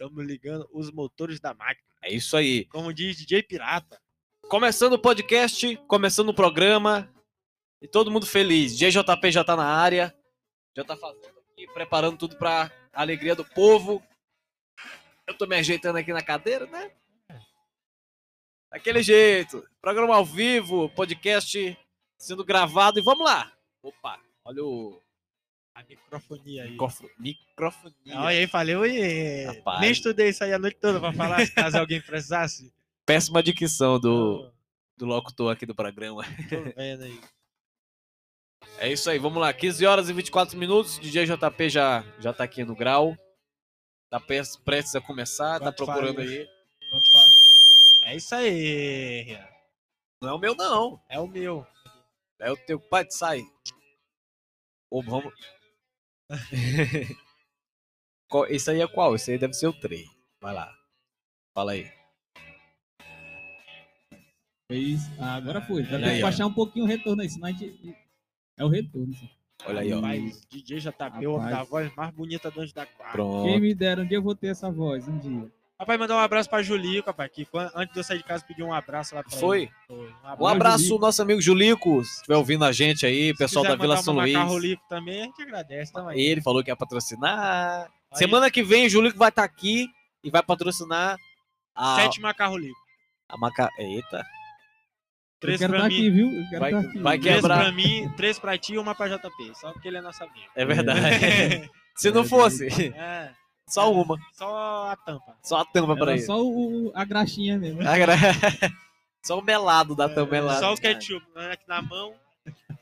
Estamos ligando os motores da máquina. É isso aí. Como diz DJ Pirata. Começando o podcast, começando o programa. E todo mundo feliz. JJP já tá na área. Já tá fazendo aqui, preparando tudo pra alegria do povo. Eu tô me ajeitando aqui na cadeira, né? Daquele jeito. Programa ao vivo, podcast sendo gravado e vamos lá. Opa, olha o A microfonia aí. microfone. microfonia. Olha aí, falei, oi. Rapaz. Nem estudei isso aí a noite toda pra falar, se caso alguém precisasse. Péssima dicção do, do locutor aqui do programa. Tô vendo aí. É isso aí, vamos lá. 15 horas e 24 minutos. DJ JP já, já tá aqui no grau. Tá pre- prestes a começar, tá Quatro procurando farinhas. aí. Bota pra- É isso aí. Rian. Não é o meu, não. É o meu. É o teu pai de sai. Ô, vamos. Qual- Esse aí é qual? Esse aí deve ser o 3. Vai lá. Fala aí. Fez. Ah, agora foi. Vai Olha ter É, aí, que ó. baixar um pouquinho o retorno aí, senão a gente. É o retorno. assim. Olha aí, ó. Rapaz, DJ já tá meu, Rapaz. da voz mais bonita do Anjo da Quadra. Quem Pronto. me dera, um dia eu vou ter essa voz, um dia. Rapaz, mandar um abraço pra Julico, rapaz, que quando- antes de eu sair de casa pediu um abraço lá pra ele. Foi. Foi. Um abraço, ao nosso amigo Julico. Se estiver ouvindo a gente aí, Se pessoal quiser da Vila mandar um São uma Luís. macarro Lico também, a gente agradece também. Ele falou que ia patrocinar. Aí, Semana que vem, o Júlio vai estar aqui e vai patrocinar a, Sete macarro Lico. a Maca. Eita, Três eu quero pra estar mim, aqui, viu? Eu quero Vai- estar aqui. vai três quebrar. pra mim, três pra ti e uma pra JP. Só porque ele é nosso amigo. é verdade. Se não fosse, É, só uma, só a tampa. só a tampa pra Era ele. só o, o- a graxinha mesmo. Agora- Só o melado da tampa. melado. É, É. Só o ketchup, né? Aqui na mão.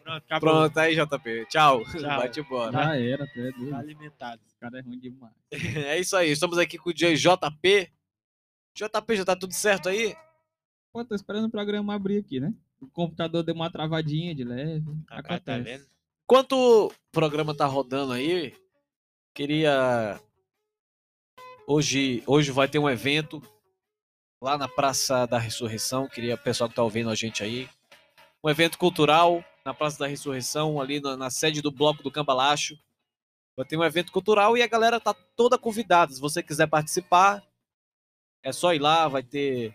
Pronto, acabou. Pronto, aí, JP. Tchau. Tchau. Bate embora. Já era, tu é Tá doido. alimentado. Esse cara é ruim demais. É isso aí. Estamos aqui com o DJ JP. JP, já tá tudo certo aí? Pô, tô esperando o programa abrir aqui, né? O computador deu uma travadinha de leve. Rapaz, tá Acontece. vendo? Enquanto o programa tá rodando aí, queria. Hoje, hoje vai ter um evento lá na Praça da Ressurreição. Queria o pessoal que tá ouvindo a gente aí. Um evento cultural na Praça da Ressurreição, ali na, na sede do Bloco do Cambalacho. Vai ter um evento cultural e a galera tá toda convidada. Se você quiser participar, é só ir lá, vai ter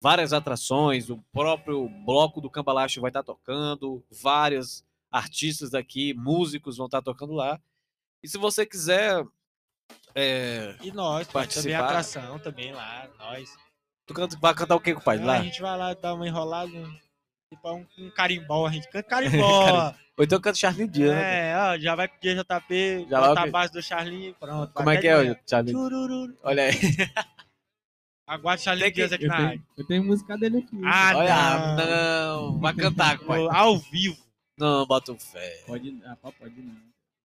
várias atrações, o próprio Bloco do Cambalacho vai estar tocando, várias artistas daqui, músicos vão estar tocando lá. E se você quiser, é, E nós, pô, também Participar. atração, também lá, nós. tu canta, vai cantar o que, compadre? Então Lá? A gente vai lá dar uma enrolada, tipo um, um carimbó, a gente canta carimbó. Ou então canta Charlie Diana. é, ó, já vai pro JP, Já já vai bota o a quê? base do Charlinho, pronto. Como é até que de é, manhã. ô, Charlie? Tururu. Olha aí. Aguarda o Charlinho Tem que- Dias aqui Eu na rádio. tenho, eu tenho música dele aqui. tá Ah, Olha, ah, não. não. Vai cantar, compadre. Ô, Ao vivo. Não, bota o fé. Pode, ah, pá, pode não.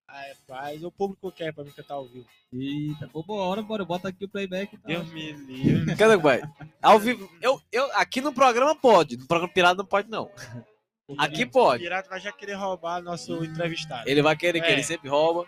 Ai, Rapaz, o público quer pra mim cantar ao vivo. tá? Eita, pô, bora, bora, bota aqui o playback. Tá? Deus me livre. Canta, compadre. Ao vivo. Eu, eu, aqui no programa pode. No programa Pirata não pode, não. Aqui O pode. pirata vai já querer roubar nosso entrevistado. Ele vai querer que É. ele sempre rouba.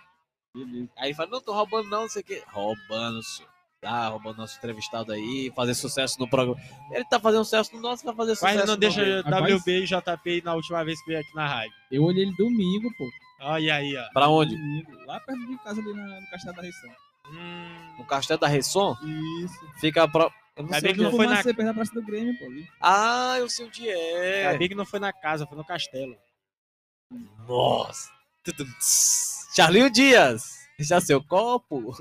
Beleza. Aí ele fala, não, tô roubando não, não sei o quê. Roubando, senhor. Tá roubando nosso entrevistado aí, fazer sucesso no programa. Ele tá fazendo sucesso no nosso, vai fazer sucesso Mas não no deixa dele. Rapaz. WB e JP na última vez que veio aqui na rádio. Eu olhei ele domingo, pô. Olha aí, ó. Pra onde? Domingo, lá perto de casa ali na, no Castelo da Reção. Hum, No Castelo da Resson? Isso. Fica pro... Eu não Ainda sei bem onde que não é. foi na- Mas você perdeu a praça do Grêmio, pô. ali. Ah, eu sei onde é. Ainda bem que não foi na casa, foi no castelo. Nossa. Tudum, tss. Charlinho Dias. Já seu copo?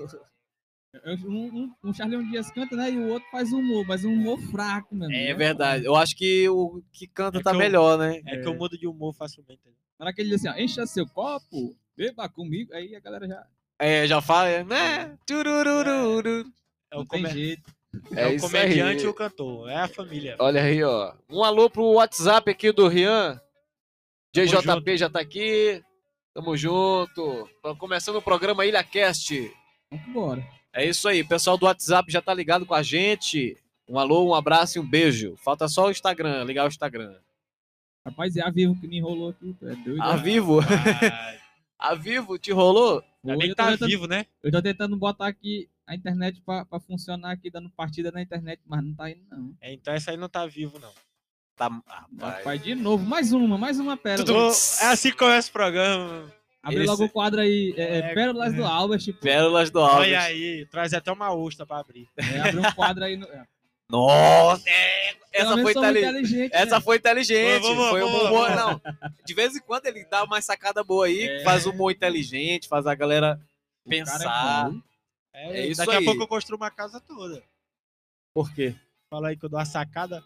Eu- Um, um, um Charleão Dias canta, né? E o outro faz humor, mas um humor fraco, né? meu amigo. É verdade. Eu acho que o que canta É tá que eu- melhor, né? É, que eu mudo de humor facilmente. Na hora que ele diz assim, ó, encha seu copo, beba comigo. Aí a galera já. É, já fala, né? Tururururu. É não o, tem come- jeito. é o isso aí. comediante e o cantor. É a família. Olha aí, ó. Um alô pro WhatsApp aqui do Rian. DJP já tá aqui. Tamo junto. Tô Começando o programa IlhaCast. Vamos embora. É isso aí. Pessoal do WhatsApp já tá ligado com a gente. Um alô, um abraço e um beijo. Falta só o Instagram, ligar o Instagram. Rapaz, é a vivo que me enrolou aqui. tu É doido. A vivo? Ah, A vivo te rolou? Ainda bem Hoje que eu, tá tô tentando, vivo, né? eu tô tentando botar aqui a internet pra, pra funcionar aqui, dando partida na internet, mas não tá indo, não. É, Então essa aí não tá vivo, não. Tá, Rapaz, rapaz. de novo, mais uma, mais uma pérola. Tudo- Ô, É assim que começa o programa. Abre Esse- logo o quadro aí. É, é, É, Pérolas é. do Albert. pô. Pérolas do Alves. Olha aí, traz até uma ostra pra abrir. É, abre um quadro aí. No... é. Nossa, é, Pelo essa menos foi sou muito inteligente. inteligente. Essa né? foi inteligente. Vamos, vamos, foi um vamos, humor, vamos. não. De vez em quando ele dá uma sacada boa aí, É. faz humor inteligente, faz a galera O cara é pensar. bom. É isso daqui aí. a pouco eu construo uma casa toda. Por quê? Fala aí que eu dou uma sacada.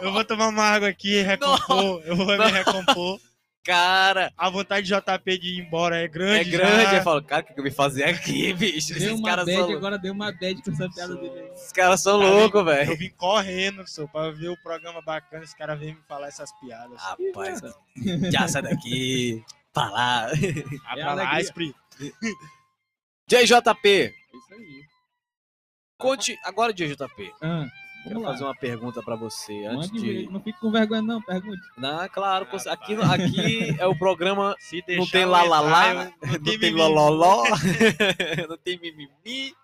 Eu vou tomar uma água aqui, recompor. Eu vou me recompor. Cara, A vontade de JP de ir embora é é grande. grande. já. Eu falo, cara, o que que eu vim fazer aqui, bicho? né? Deu Esses uma caras bad, são, lou- agora deu uma bad com essa piada dele. aí. esses caras são loucos, velho. Eu vim correndo, senhor, pra ver o programa bacana. Esse cara veio me falar essas piadas. Rapaz, já sai daqui. Pra lá. Ah, é pra lá, alegria. Esprit. JJP, É Isso aí. conte. Agora, JJP, Ah, quero vamos lá. fazer uma pergunta pra você antes Mande ver, de. Não fique com vergonha, não. Pergunte. Não, claro, com- Rapaz. aqui, aqui é o programa Se Não deixar tem eu lalalá, entrar, eu- não tem mimimi. lololó, não tem mimimi.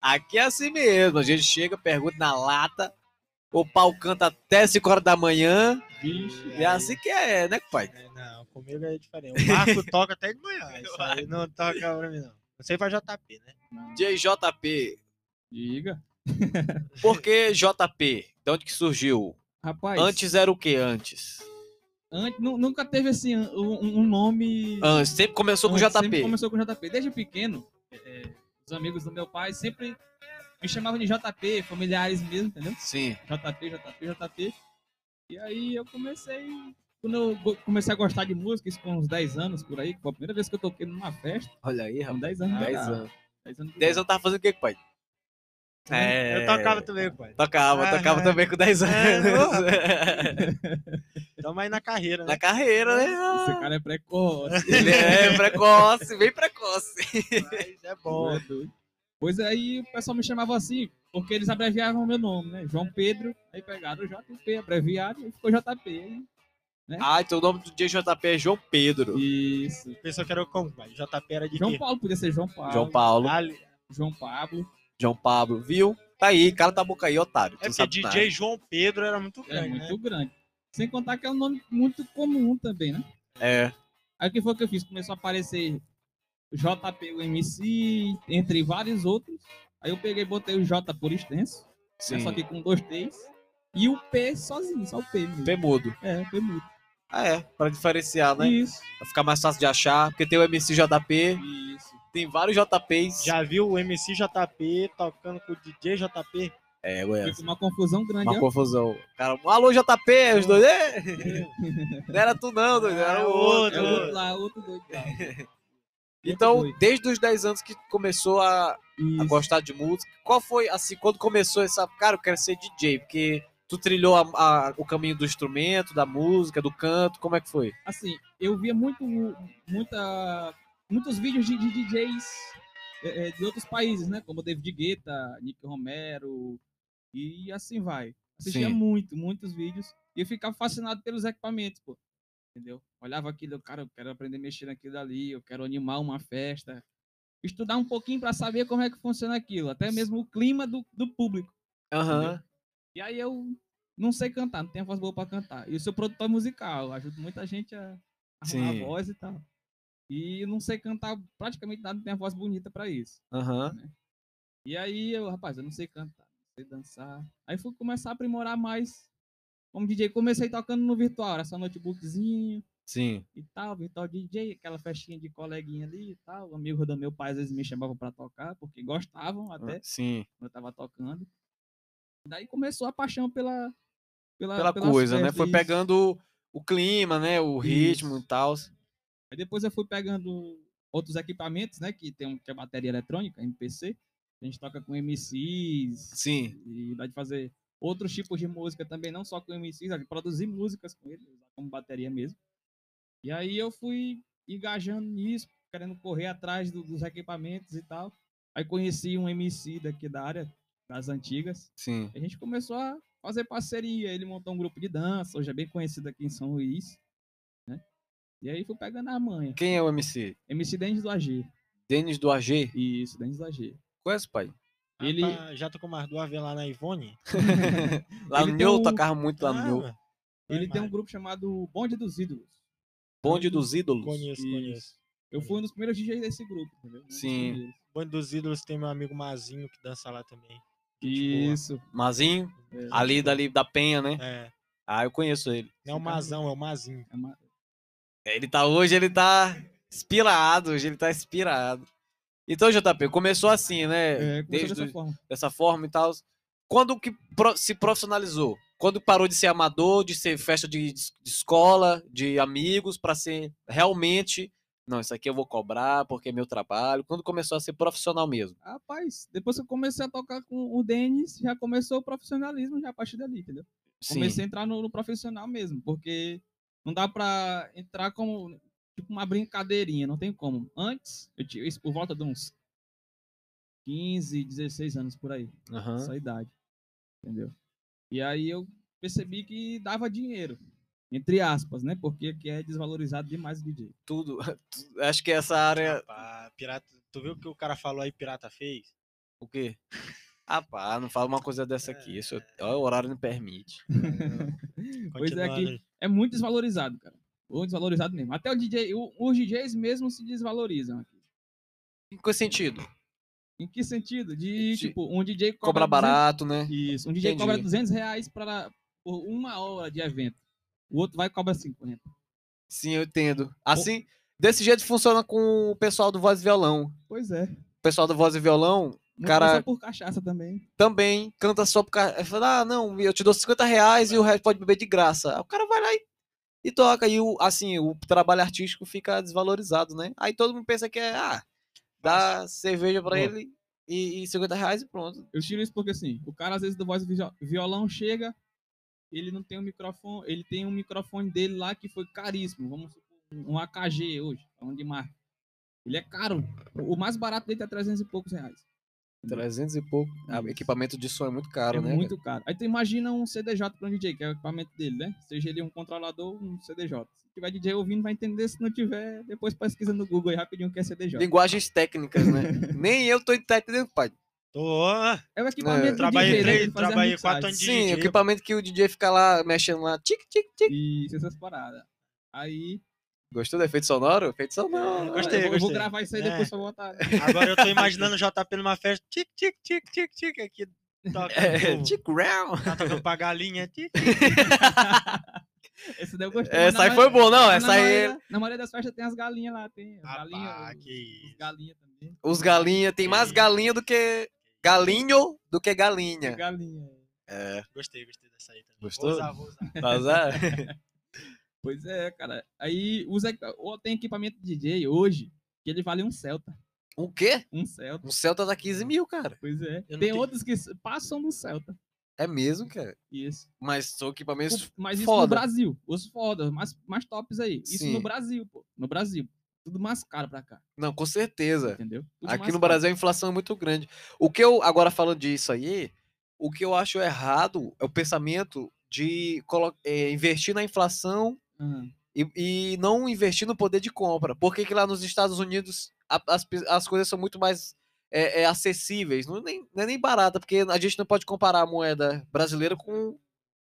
Aqui é assim mesmo, a gente chega, pergunta na lata, o pau canta até 5 horas da manhã, Vixe. é assim que é, né, pai? É, Não, comigo é diferente. O Marco toca até de manhã. Isso aí não toca pra mim, não. Você vai JP, né? JJP, Diga. por que JP? De onde que surgiu? Rapaz, Antes era o que antes? antes- nu- nunca teve assim um, um nome. Antes, sempre Ah, começou com Antes, Sempre JP. começou com JP. Desde pequeno, é, é, os amigos do meu pai sempre me chamavam de JP, familiares mesmo, entendeu? Sim, JP, JP, JP. E aí eu comecei. Quando eu go- comecei a gostar de música, isso com uns 10 anos por aí, que foi a primeira vez que eu toquei numa festa, olha aí, com rapaz. 10 anos. 10 cara. anos. 10 anos. 10 anos tava fazendo o que, pai? É... Eu tocava também, pai. Tocava, tocava Ah, também com 10 anos. Tamo aí na carreira, Na né? carreira, né? Esse cara é precoce. Ele é precoce, bem precoce. Mas é bom. Pois aí o pessoal me chamava assim, porque eles abreviavam meu nome, né? João Pedro, aí pegaram o JP, abreviaram e ficou JP. hein? Ah, então o nome do JP é João Pedro. Isso. Pensou que era o como, pai? JP era de João quê? Paulo podia ser João Paulo. João Paulo, Ah, é João Pablo. João Pablo, viu? Tá aí, cara tá boca aí, otário. Tu não É porque sabe DJ nada. João Pedro era muito Era grande, né? É muito grande. Sem contar que é um nome muito comum também, né? É, Aí o que foi que eu fiz? Começou a aparecer JP, o MC, entre vários outros. Aí eu peguei e botei o J por extenso, né? sim. só que com dois T's. E o P sozinho, só o P mesmo. Bem mudo. É, P muito. Ah, é, pra diferenciar, né? Isso. Pra ficar mais fácil de achar, porque tem o MC JP, Isso. tem vários JPs. Já viu o MC JP tocando com o DJ JP? É, ué. Fica uma confusão grande. é Uma ó. confusão. Cara, um alô JP, aí os dois. "É". Não era tu não, doido, era o É outro. outro. outro lá, outro doido lá. Então, desde os 10 anos que começou a, a Isso. gostar de música. Qual foi, assim, quando começou essa. Cara, eu quero ser DJ, porque tu trilhou a- a- o caminho do instrumento, da música, do canto, como é que foi? Assim, eu via muito, muita, muitos vídeos de, de DJs é, é, de outros países, né? Como David Guetta, Nick Romero e assim vai. Assistia Sim. muito, muitos vídeos e eu ficava fascinado pelos equipamentos, pô. Entendeu? Olhava aquilo, cara, eu quero aprender a mexer naquilo ali, eu quero animar uma festa. Estudar um pouquinho para saber como é que funciona aquilo, até mesmo o clima do, do público. Aham. E aí eu não sei cantar, não tenho voz boa pra cantar. E eu sou produtor é musical, eu ajudo muita gente a arrumar Sim. a voz e tal. E eu não sei cantar praticamente nada, não tenho a voz bonita pra isso. Aham. E aí eu, rapaz, eu não sei cantar, não sei dançar. Aí fui começar a aprimorar mais como DJ. Comecei tocando no virtual, era só notebookzinho Sim. e tal, virtual DJ, aquela festinha de coleguinha ali e tal. Amigos do meu pai às vezes me chamavam pra tocar, porque gostavam até Sim. quando eu tava tocando. Daí começou a paixão pela Ah, pela, Pela pelas coisa, né? festas, Foi isso. pegando o clima, né? O ritmo e tal. Aí depois eu fui pegando outros equipamentos, né, que tem um que é bateria eletrônica, MPC. A gente toca com MCs Sim. e dá de fazer outros tipos de música também, não só com MCs, dá de produzir músicas com eles, usar como bateria mesmo. E aí eu fui engajando nisso, querendo correr atrás do- dos equipamentos e tal. Aí conheci um MC daqui da área das antigas, Sim. A gente começou a fazer parceria. Ele montou um grupo de dança, hoje é bem conhecido aqui em São Luís. Né? E aí fui pegando a manha. Quem é o MC? MC Denis do AG. Denis do AG? Isso, Denis do AG. Conhece, pai? Ele- Rapaz, já tocou mais duas vezes lá na Ivone? Lá Ele no tem Neu, um- tocava muito lá no Ah, Neu. mano. Ele tem um Imagem. grupo chamado Bonde dos Ídolos. Bonde dos Ídolos. Conheço, Isso. conheço. Eu fui um dos primeiros DJs desse grupo, entendeu? Um dos Sim. primeiros. Bonde dos Ídolos tem meu amigo Mazinho que dança lá também. Isso. Mazinho, É, ali dali da Penha, né? É. Ah, eu conheço ele. Não é o Mazão, é o Mazinho. é ma- Ele tá hoje, ele tá inspirado, hoje ele tá inspirado. Então, JP, começou assim, né? é, começou Desde dessa o- forma. dessa forma e tal. Quando que pro- se profissionalizou? Quando parou de ser amador, de ser festa de, de escola, de amigos, pra ser realmente. Não, isso aqui eu vou cobrar porque é meu trabalho. Quando começou a ser profissional mesmo? Rapaz, depois que eu comecei a tocar com o Denis, já começou o profissionalismo já a partir dali, entendeu? Comecei a entrar no, no profissional mesmo, porque não dá pra entrar como tipo uma brincadeirinha, não tem como. Antes, eu tinha isso por volta de uns 15, 16 anos por aí, Aham. essa idade. Entendeu? E aí eu percebi que dava dinheiro, entre aspas, né? Porque aqui é desvalorizado demais o DJ. Tudo. tu- Acho que essa área. Rapaz, pirata... Tu viu o que o cara falou aí, pirata fez? O quê? Ah, pá, não fala uma coisa dessa aqui. Isso, ó, o horário não permite. Pois é, Continuando que- aí. É muito desvalorizado, cara. Muito desvalorizado mesmo. Até o DJ, o- os DJs mesmo se desvalorizam aqui. Em que sentido? Em que sentido? De, De tipo, um DJ cobra Cobrar 200 barato, né? Isso. Um DJ Entendi. cobra 200 reais pra, por uma hora de evento. O outro vai e cobra 50. Sim, eu entendo. Assim, desse jeito funciona com o pessoal do voz e violão. Pois é. O pessoal do voz e violão Muito Cara- Cara... por cachaça também. também canta só por causa. ele Fala, ah, não, eu te dou 50 reais e o resto pode beber de graça. Aí o cara vai lá e, e toca. E o, assim, o trabalho artístico fica desvalorizado, né? Aí todo mundo pensa que é, ah, dá cerveja pra Boa. ele e, e 50 reais e pronto. Eu tiro isso porque assim, o cara às vezes do voz e Visio- violão chega, ele não tem um microfone, ele tem um microfone dele lá que foi caríssimo. Vamos supor, um AKG hoje, falando de marca. Ele é caro. O o mais barato dele tá 300 e poucos reais. 300 e pouco. Ah, Isso. equipamento de som Uhum. é muito caro, é né? muito caro. Aí tu imagina um CDJ pra um DJ, que é o equipamento dele, né? Seja ele um controlador, um CDJ. Se tiver DJ ouvindo, vai entender. Se não tiver, depois pesquisa no Google aí rapidinho o que é CDJ. Linguagens técnicas, né? Nem eu tô entendendo, pai. Tô... É o equipamento do Trabalhei DJ, né? três- Ele fazer a trabalhei mixagem. quatro anos de- Sim, DJ, o equipamento que o DJ fica lá mexendo lá, tic, tic, tic. Isso, essas paradas. Aí... Gostou do efeito sonoro? Efeito Eu sonoro. gostei, eu, vou- eu vou gostei. gravar isso aí É. depois pra botar. Agora eu tô imaginando o JP numa festa. Tic, tic, tic, tic, tic. Aqui toca. É, É, tic round. Tá tocando pra galinha. Tic, Esse daí eu gostei. mas Essa na aí maioria- foi boa, não. mas Essa na aí. maioria- Na maioria das festas tem as galinhas lá, tem. As galinhas, Rapaz, os- que os isso. galinhas também. Os galinha, tem mais Sim. galinha do que. Galinho do que As galinha. galinhas. É, Gostei, gostei dessa aí também. Gostou? Vou usar, vou usar. mas é. Pois é, cara. Aí usa, ou tem equipamento de DJ hoje que ele vale um Celta. O quê? Um Celta, O Celta tá 15 mil, cara. pois é. não Tem tenho- outros que s- passam do Celta. É mesmo, cara. Isso. Mas são equipamentos. O- Mas isso foda. no Brasil. Os fodas, mais, mais tops aí. Isso Sim. no Brasil, pô. No Brasil. Tudo mais caro pra cá, Não, com certeza. entendeu? Tudo É. Aqui mais no caro. Brasil a inflação é muito grande. O que eu, agora falando disso aí, o que eu acho errado é o pensamento de colo- eh, investir na inflação Aham. e, e não investir no poder de compra. Por que que lá nos Estados Unidos a- as, pe- as coisas são muito mais eh, eh, acessíveis? Não, é nem, não é nem barata, porque a gente não pode comparar a moeda brasileira com,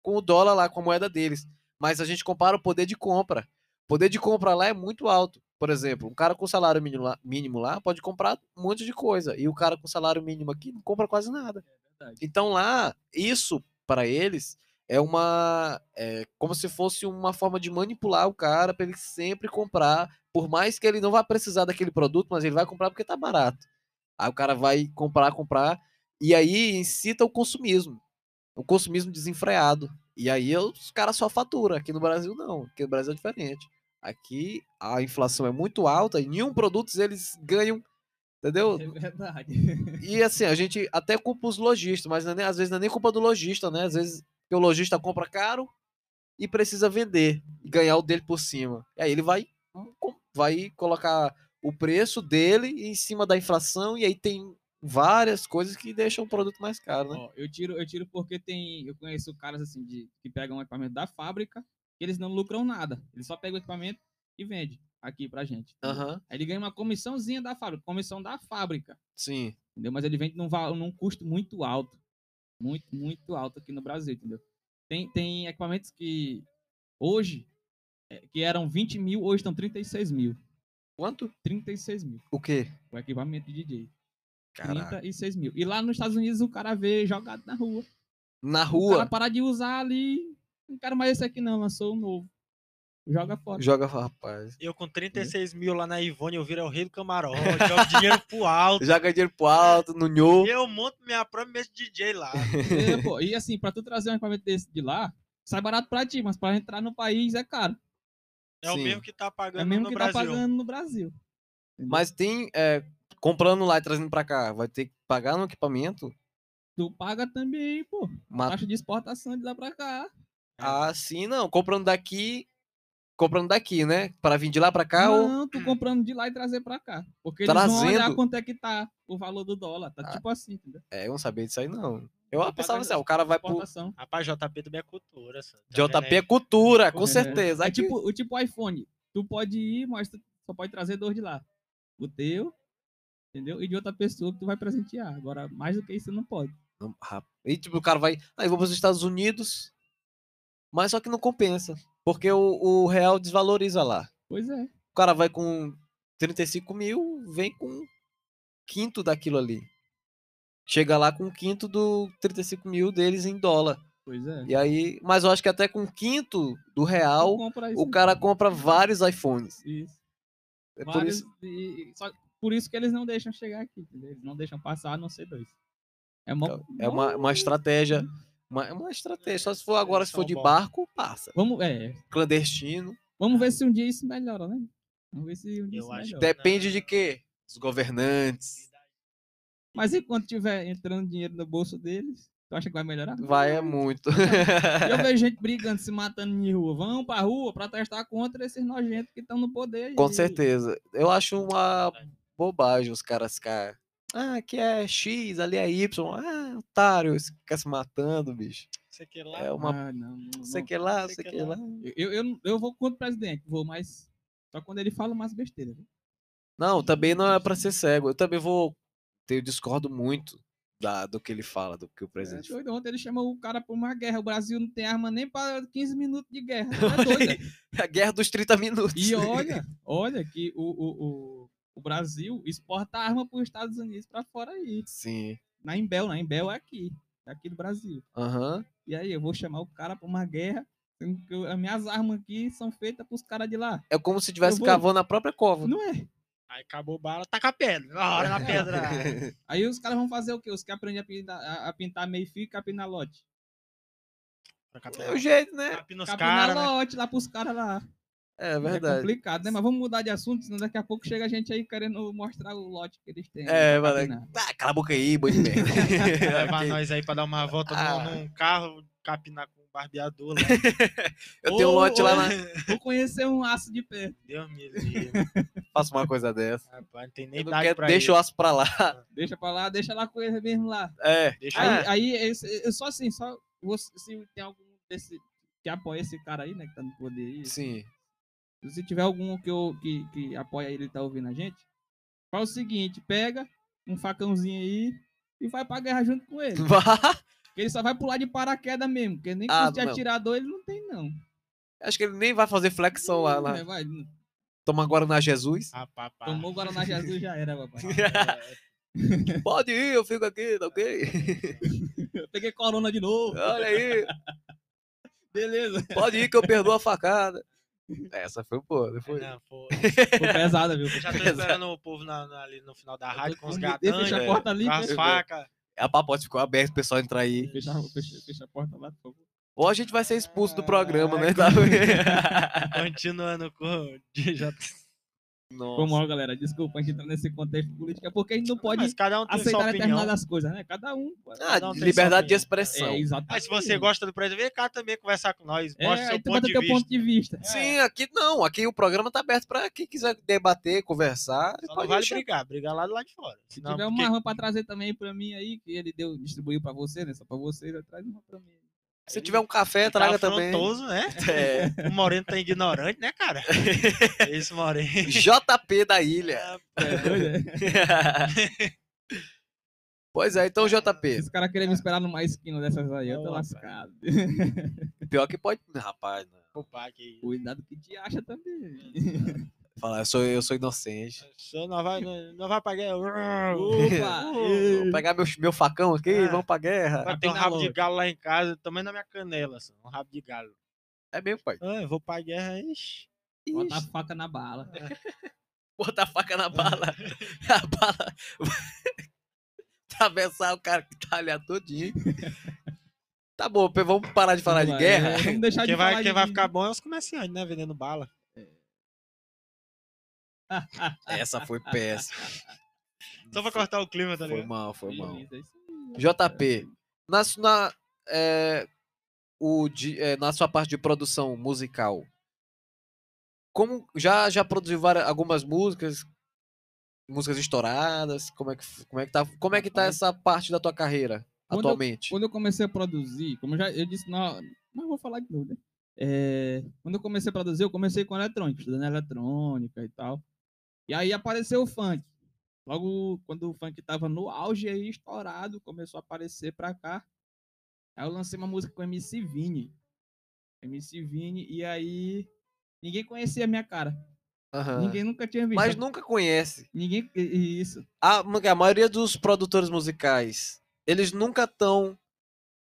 com o dólar lá, com a moeda deles. Mas a gente compara o poder de compra. O poder de compra lá é muito alto. Por exemplo, um cara com salário mínimo lá, mínimo lá pode comprar um monte de coisa. E o cara com salário mínimo aqui não compra quase nada. Verdade. Então lá, isso para eles é uma. É como se fosse uma forma de manipular o cara para ele sempre comprar. Por mais que ele não vá precisar daquele produto, mas ele vai comprar porque tá barato. Aí o cara vai comprar, comprar. E aí incita o consumismo. O consumismo desenfreado. E aí os caras só faturam. Aqui no Brasil não. Aqui no Brasil é diferente. Aqui a inflação é muito alta e nenhum produto eles ganham. Entendeu? É verdade. E assim, a gente até culpa os lojistas, mas não é nem- às vezes não é nem culpa do lojista, né? Às vezes que o lojista compra caro e precisa vender e ganhar o dele por cima. E aí ele vai, co- vai colocar o preço dele em cima da inflação, e aí tem várias coisas que deixam o produto mais caro, né? Ó, eu tiro, eu tiro porque tem. Eu conheço caras assim de, que pegam um equipamento da fábrica, que eles não lucram nada. Eles só pegam o equipamento e vendem aqui pra gente. entendeu? Aham, Aí ele ganha uma comissãozinha da fábrica, comissão da fábrica, sim. entendeu? Mas ele vende num, va- num custo muito alto. Muito, muito alto aqui no Brasil, entendeu? Tem, tem equipamentos que hoje é, que eram 20 mil, hoje estão 36 mil. Quanto? 36 mil. O quê? O equipamento de DJ. Caraca. 36 mil. E lá nos Estados Unidos o cara vê jogado na rua. Na O cara rua, parar de usar ali. Não quero mais esse aqui não, lançou um novo. Joga fora. joga, rapaz. Eu com 36 Hum. mil lá na Ivone, eu viro é o rei do camarote, jogo dinheiro pro alto. Joga dinheiro pro alto, no nhô. Eu monto minha própria mesa de DJ lá. É, pô, e assim, pra tu trazer um equipamento desse de lá, sai barato pra ti, mas pra entrar no país é caro. É o Sim. mesmo que tá É pagando o mesmo no que Brasil. tá pagando no Brasil. Mas tem. é, comprando lá e trazendo pra cá, vai ter que pagar no equipamento? Tu paga também, pô. Mas, Taxa de exportação de lá pra cá. ah, sim, não. Comprando daqui. Comprando daqui, né? Pra vir de lá pra cá ou. Não, tu comprando de lá e trazer pra cá. Porque eles vão olhar Trazendo? quanto é que tá o valor do dólar. Tá Ah. tipo assim, entendeu? É, eu não sabia disso aí, não. Eu Tá pensava pagando assim, ah, o cara vai pro. Exportação. Rapaz, JP também é cultura. só. Tá vendo JP aí? é cultura, É. com certeza. É Aqui- tipo o tipo iPhone. Tu pode ir, mas tu só pode trazer dois de lá. O teu, entendeu? E de outra pessoa que tu vai presentear. Agora, mais do que isso, não pode. Não, rap- E tipo, o cara vai. Aí eu vou para os Estados Unidos. Mas só que não compensa. Porque o, o real desvaloriza lá. Pois é. O cara vai com 35 mil, vem com um quinto daquilo ali. Chega lá com um quinto do 35 mil deles em dólar. Pois é. E aí. Mas eu acho que até com um quinto do Tu real, compra isso o aí. cara compra vários iPhones. Isso. É por Vários- isso. e- e- só- por isso que eles não deixam chegar aqui, entendeu? Eles não deixam passar, a não ser dois. É, mó- É uma, uma estratégia. Uma, é uma estratégia. Só se for agora, Eles se for são de bons. Então, barco, passa. Vamos, é, Clandestino. vamos ver se um dia isso melhora, né? Vamos ver se um Ah. dia Eu isso acho que melhora. deve- Depende de quê? Dos governantes. Mas enquanto tiver entrando dinheiro no bolso deles, tu acha que vai melhorar? Vai é Então, muito. Eu vejo gente brigando, se matando de rua. Vão pra rua pra testar contra esses nojentos que estão no poder. Com e- certeza. Eu acho uma bobagem os caras ficar. Ah, aqui é X, ali é Y. Ah, otário, você fica se matando, bicho. Isso aqui lá. É uma. Ah, não, não, Você né? não. que lá, sei você que que lá. lá. Eu, eu, não- eu vou contra o presidente, vou, mas só quando ele fala mais besteira. viu? Não, também não é pra ser cego. Eu também vou. Eu discordo muito da, do que ele fala, do que o É presidente fala. doido. Ontem ele chamou o cara pra uma guerra. O Brasil não tem arma nem pra 15 minutos de guerra. É doido. A guerra dos 30 minutos. E olha, olha que o, o, o, o Brasil exporta arma pros Estados Unidos pra fora aí. Sim. Na Imbel, na Imbel é aqui. É aqui do Brasil. Aham. E aí, eu vou chamar o cara pra uma guerra. sendo que eu- As minhas armas aqui são feitas pros caras de lá. É como se tivesse vou- cavando a própria cova. Não é? Aí acabou o bala, taca a pedra. Na hora na pedra. Aí os caras vão fazer o quê? Os que aprendem a pintar, a- a pintar meio fio e capinar lote. Taca a É o pedra. jeito, né? Capina os Capinar caras, né? lote lá pros caras lá. É É verdade. complicado, né? Mas vamos mudar de assunto, senão daqui a pouco chega a gente aí querendo mostrar o lote que eles têm. né, É, pra mano. capinar. Tá, cala a boca aí, boi de merda. Levar Ok. nós aí pra dar uma volta num- Ah. num carro, capinar com um barbeador lá. Eu tenho um Ô, lote lá na. Vou conhecer um aço de pé. Deus me livre. Faço uma coisa dessa. Rapaz, não tem nem Eu não idade quero, pra deixa o isso. aço pra lá. Deixa pra lá, deixa lá com ele mesmo lá. É. Deixa Aí, eu- Ah. aí esse- eu só assim, só você- se tem algum desse que apoia esse cara aí, né, que tá no poder aí. Sim. Se tiver algum que, eu, que, que apoia ele e tá ouvindo a gente, faz o seguinte, pega um facãozinho aí e vai pra guerra junto com ele. Vá. Porque ele só vai pular de paraquedas mesmo, porque nem Hum. Ah, custo de não. atirador ele não tem não. Acho que ele nem Então vai fazer flexão lá. lá. É, vai, Toma agora na Jesus. Ah, É. pá, pá. Tomou o Guaraná de Azul já era, papai. Pode ir, eu fico aqui, tá ok? Eu peguei corona de novo. Olha aí, Beleza. pode ir que eu perdoo a facada. Essa foi boa, não foi? É, Não, pô, Foi pesada, viu? eu já tô esperando o povo na- na- ali no final da rádio com os né? Deixa a gatanhos, porta ali, né? com as fecha. facas. A papote ficou aberta, o pessoal entrar aí. Fecha, fecha, fecha a porta lá, por favor. Ou a gente vai ser expulso É, do programa, né? Continuando com. de- Já... Foi Nossa. mal, galera. Desculpa a gente entrar nesse contexto político, é porque a gente não pode Mas cada um tem sua aceitar opinião. determinadas coisas, né? Cada um. Ah, Não, tem só liberdade opinião. de expressão. é, exatamente. Mas se você gosta do presidente, vem cá também conversar com nós. é, Mostra aí seu tu ponto bota de teu vista. ponto de vista. Sim, aqui não. Aqui o programa tá aberto pra quem quiser debater, conversar. Só não pode vale deixar. brigar, brigar lá do lado de fora. Se Senão, tiver uma porque- arma pra trazer também pra mim aí, que ele deu, distribuiu pra você, né? Só pra você, já traz uma pra mim. Se Aí- tiver um café, Ele tá traga também. afrontoso, né? É, O Moreno tá ignorante, né, cara? Esse Moreno. JP da ilha. Ah, É, doido, é. Pois é, então, JP. Se os caras querem me esperar numa esquina dessas aí, eu tô lascado. Pior que pode. Rapaz, né? não. Opa, que Cuidado que te acha também. Falar, eu sou, eu sou inocente. isso. Não vai, não, não vai pra guerra. Vou pegar meu, meu facão aqui, Ah. vamos pra guerra. Vai ter um na rabo de loja. galo lá em casa, também na minha canela, só, um rabo de galo. É mesmo, pai. Ah, eu vou pra guerra, ixi. Bota a Ixi, faca na bala. Bota a faca É. na bala. A bala vai atravessar o cara que tá ali todinho. Tá bom, Pê, vamos parar de falar de Vamos lá, guerra. é, Vamos deixar Quem de vai, falar quem de- vai ficar bom é os comerciantes, né? Vendendo bala. Essa foi péssima. É. Só pra cortar o clima, tá Foi ligado? mal, foi de mal. juízo, é isso aí. JP, na, su- na, é, o, de- é, na sua parte de produção musical, como já já produziu várias, algumas músicas, músicas estouradas, como é que f- como é que tá, como é que tá Rapaz. essa parte da tua carreira Uhum. Quando eu- atualmente? Quando eu comecei a produzir, como eu já eu disse, não, mas eu vou falar de novo, né? É, quando eu comecei a produzir, eu comecei com eletrônica, estudando eletrônica e tal. E aí apareceu o funk. Logo quando o funk tava no auge aí, estourado, começou a aparecer pra cá. Aí eu lancei uma música com o MC Vini. MC Vini, e aí ninguém conhecia a minha cara. Aham. Ninguém nunca tinha visto. Ah. Mas nunca conhece. Ninguém. e- e Isso. A, ma- a maioria dos produtores musicais, eles nunca estão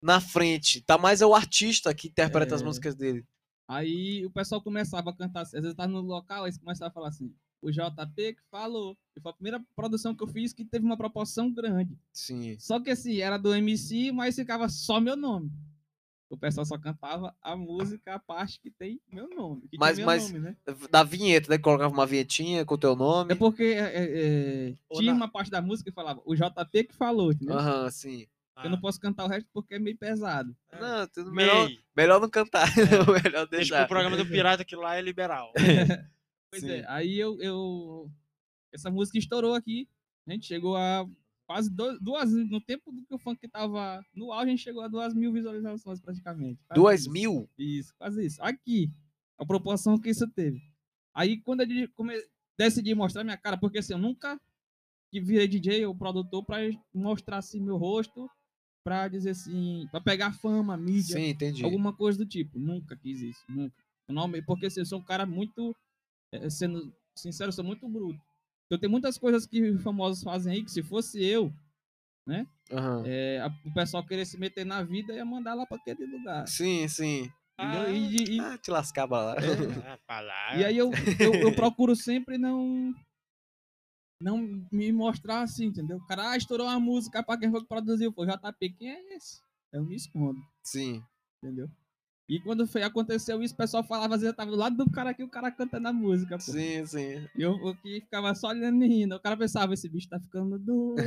na frente. Tá mais é o artista que interpreta as É. músicas dele. Aí o pessoal começava a cantar, assim, às vezes tava no local, aí começava a falar assim, o JP que falou. E foi a primeira produção que eu fiz que teve uma proporção grande. Sim. Só que assim, era do MC, mas ficava só meu nome. O pessoal só cantava a música, a parte que tem meu nome. Que Mas- tinha meu mas- nome, né? Da vinheta, né? Colocava uma vinhetinha com o teu nome. É porque é, é, é, Ou tinha na- uma parte da música que falava, o JP que falou, entendeu? Aham, sim. Ah, Eu não posso cantar o resto porque é meio pesado. É. Não, tudo Meio. melhor, É. melhor não cantar. Deixa melhor deixar. pro programa do Pirata que lá é liberal. Pois Sim. é, aí eu, eu- Essa música estourou aqui. A gente chegou a quase do- duas. No tempo do que o funk tava no auge, a gente chegou a duas mil visualizações praticamente. Quase Duas isso. mil? Isso, quase isso. Aqui, a proporção que isso teve. Aí quando eu de- come- decidi mostrar minha cara, porque assim, eu nunca que virei DJ ou produtor pra mostrar assim meu rosto, pra dizer assim, pra pegar fama, mídia, Sim, entendi. alguma coisa do tipo. Nunca quis isso, nunca. Eu não amei, porque assim, eu sou um cara muito, eh, sendo sincero, eu sou muito bruto. Eu tenho muitas coisas que os famosos fazem aí que se fosse eu, Aham. eh, a- o pessoal querer se meter na vida ia mandar lá pra aquele lugar. Sim, sim. Entendeu? E- e- e- Ah, te lascava lá. Ah, pra lá. E aí eu, eu, eu procuro sempre não não me mostrar assim, entendeu? O cara ah, estourou uma música pra quem foi que produziu, foi JP, quem é esse? Eu me escondo, Sim. entendeu? E quando foi, aconteceu isso, o pessoal falava, às vezes eu tava do lado do cara aqui, o cara cantando a música, pô. Sim, sim. E eu, eu que ficava só olhando e rindo. O cara pensava, esse bicho tá ficando doido.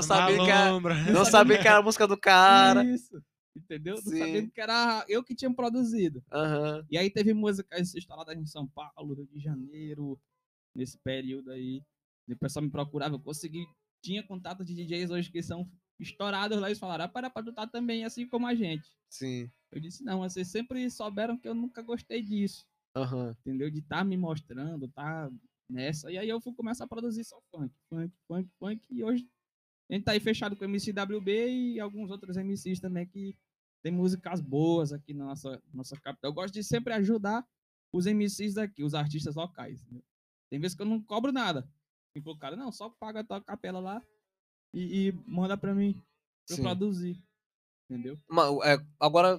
Tava na sabia que era- lombra. Não sabia que era a música do cara. Isso. Entendeu? Não Sim. sabendo que era eu que tinha produzido. Aham. E aí teve músicas estouradas em São Paulo, Rio de Janeiro, nesse período aí. E O pessoal me procurava, eu consegui. Tinha contato de DJs hoje que são estourados lá e eles falaram, ah, para pra tu tá também, assim como a gente. Sim. Eu disse, não, vocês sempre souberam que eu nunca gostei disso, Aham. entendeu? De estar me mostrando, tá nessa. E aí eu fui começar a produzir só funk, funk, funk, funk. E hoje a gente tá aí fechado com o MCWB e alguns outros MCs também que tem músicas boas aqui na nossa, nossa capital. Eu gosto de sempre ajudar os MCs daqui, os artistas locais. entendeu? Tem vezes que eu não cobro nada. Tipo, o cara, não, só paga a tua capela lá e, e manda pra mim pra eu Sim. produzir. Entendeu? Ma- é, agora,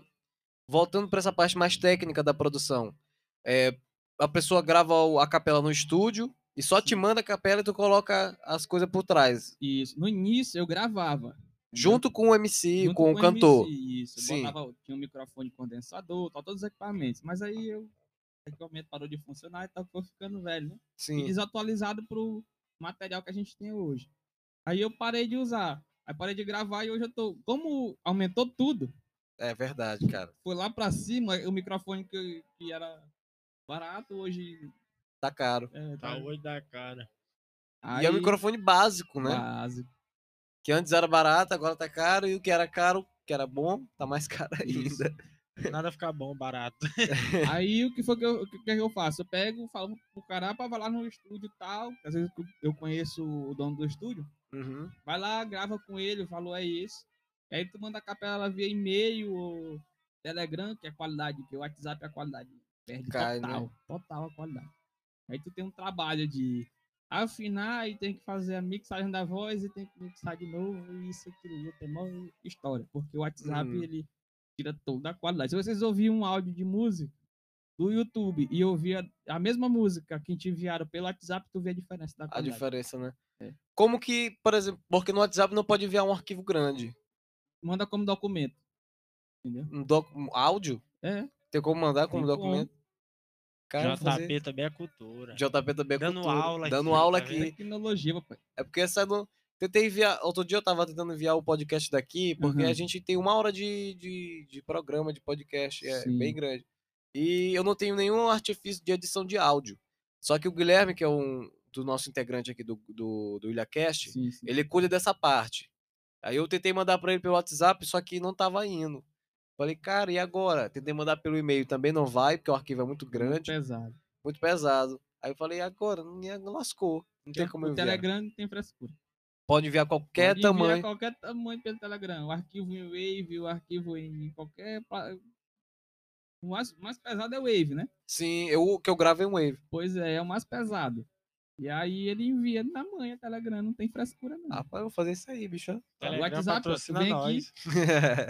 voltando para essa parte mais técnica da produção. É, a pessoa grava o- a capela no estúdio e só te manda a capela e tu coloca as coisas por trás. Isso. No início eu gravava. entendeu? Junto com o MC, Junto com o cantor. MC, isso. Eu Sim. Botava, tinha um microfone condensador, tal, todos os equipamentos. Mas aí eu, o equipamento parou de funcionar e tal, ficou ficando velho, né? e Sim. desatualizado pro material que a gente tem hoje. Aí eu parei de usar, aí parei de gravar e hoje eu tô. Como aumentou tudo, É verdade, cara. foi lá pra cima o microfone que, que era barato, hoje. Tá caro. É, Tá o olho da cara. E é aí, o microfone básico, né? Básico. Que antes era barato, agora tá caro. E o que era caro, que era bom, tá mais caro Isso. ainda. Nada fica bom, barato. Aí o que foi que eu, o que, é que eu faço? Eu "Ah, pego, falo pro carapa, vai lá no estúdio e tal. que Às vezes eu- eu conheço o dono do estúdio. Uhum. Vai lá, grava com ele, o valor é esse. E aí tu manda a capela via e-mail ou Telegram, que é qualidade, porque o WhatsApp é a qualidade. Perde Cai, né? total, total a qualidade. Aí tu tem um trabalho de afinar e tem que fazer a mixagem da voz e tem que mixar de novo, e isso, aquilo, e tem uma história. Porque o WhatsApp, Uhum. ele tira toda a qualidade. Se vocês ouvirem um áudio de música do YouTube e ouvir a, a mesma música que te enviaram pelo WhatsApp, tu vê a diferença da A qualidade. diferença, né? É. Como que, por exemplo, porque no WhatsApp não pode enviar um arquivo grande. Manda como documento. Um, doc, um áudio, É, tem como mandar como Tem documento. Cara, JP fazer- também é cultura. JP também é Dando cultura. aula Dando aqui, aula tá vendo? aqui. tecnologia, papai. É porque essa não. Tentei enviar. Outro dia eu tava tentando enviar o podcast daqui, porque a Aham. gente tem uma hora de, de, de programa, de podcast, é bem Sim. grande. E eu não tenho nenhum artifício de edição de áudio. Só que o Guilherme, que é um do nosso integrante aqui do, do, do IlhaCast, Sim, sim. ele cuida dessa parte. Aí eu tentei mandar pra ele pelo WhatsApp, só que não tava indo. Falei, cara, e agora? Tentei mandar pelo e-mail, também não vai, porque o arquivo é muito Muito grande, pesado. muito pesado. Aí eu falei, e agora? Não não lascou. Não tem Porque como o enviar. Telegram não tem frescura. Pode enviar qualquer Pode enviar tamanho. qualquer tamanho pelo Telegram. O arquivo em Wave, o arquivo em qualquer. pla- O mais, o mais pesado é o Wave, né? Sim, eu o que eu gravo é um Wave. Pois é, é o mais pesado. E aí ele envia na manhã o Telegram, não tem frescura Hum. não. Ah, pá, eu vou fazer isso aí, bicho. Telegram WhatsApp, ó, tu Tá patrocina vem aqui, nós.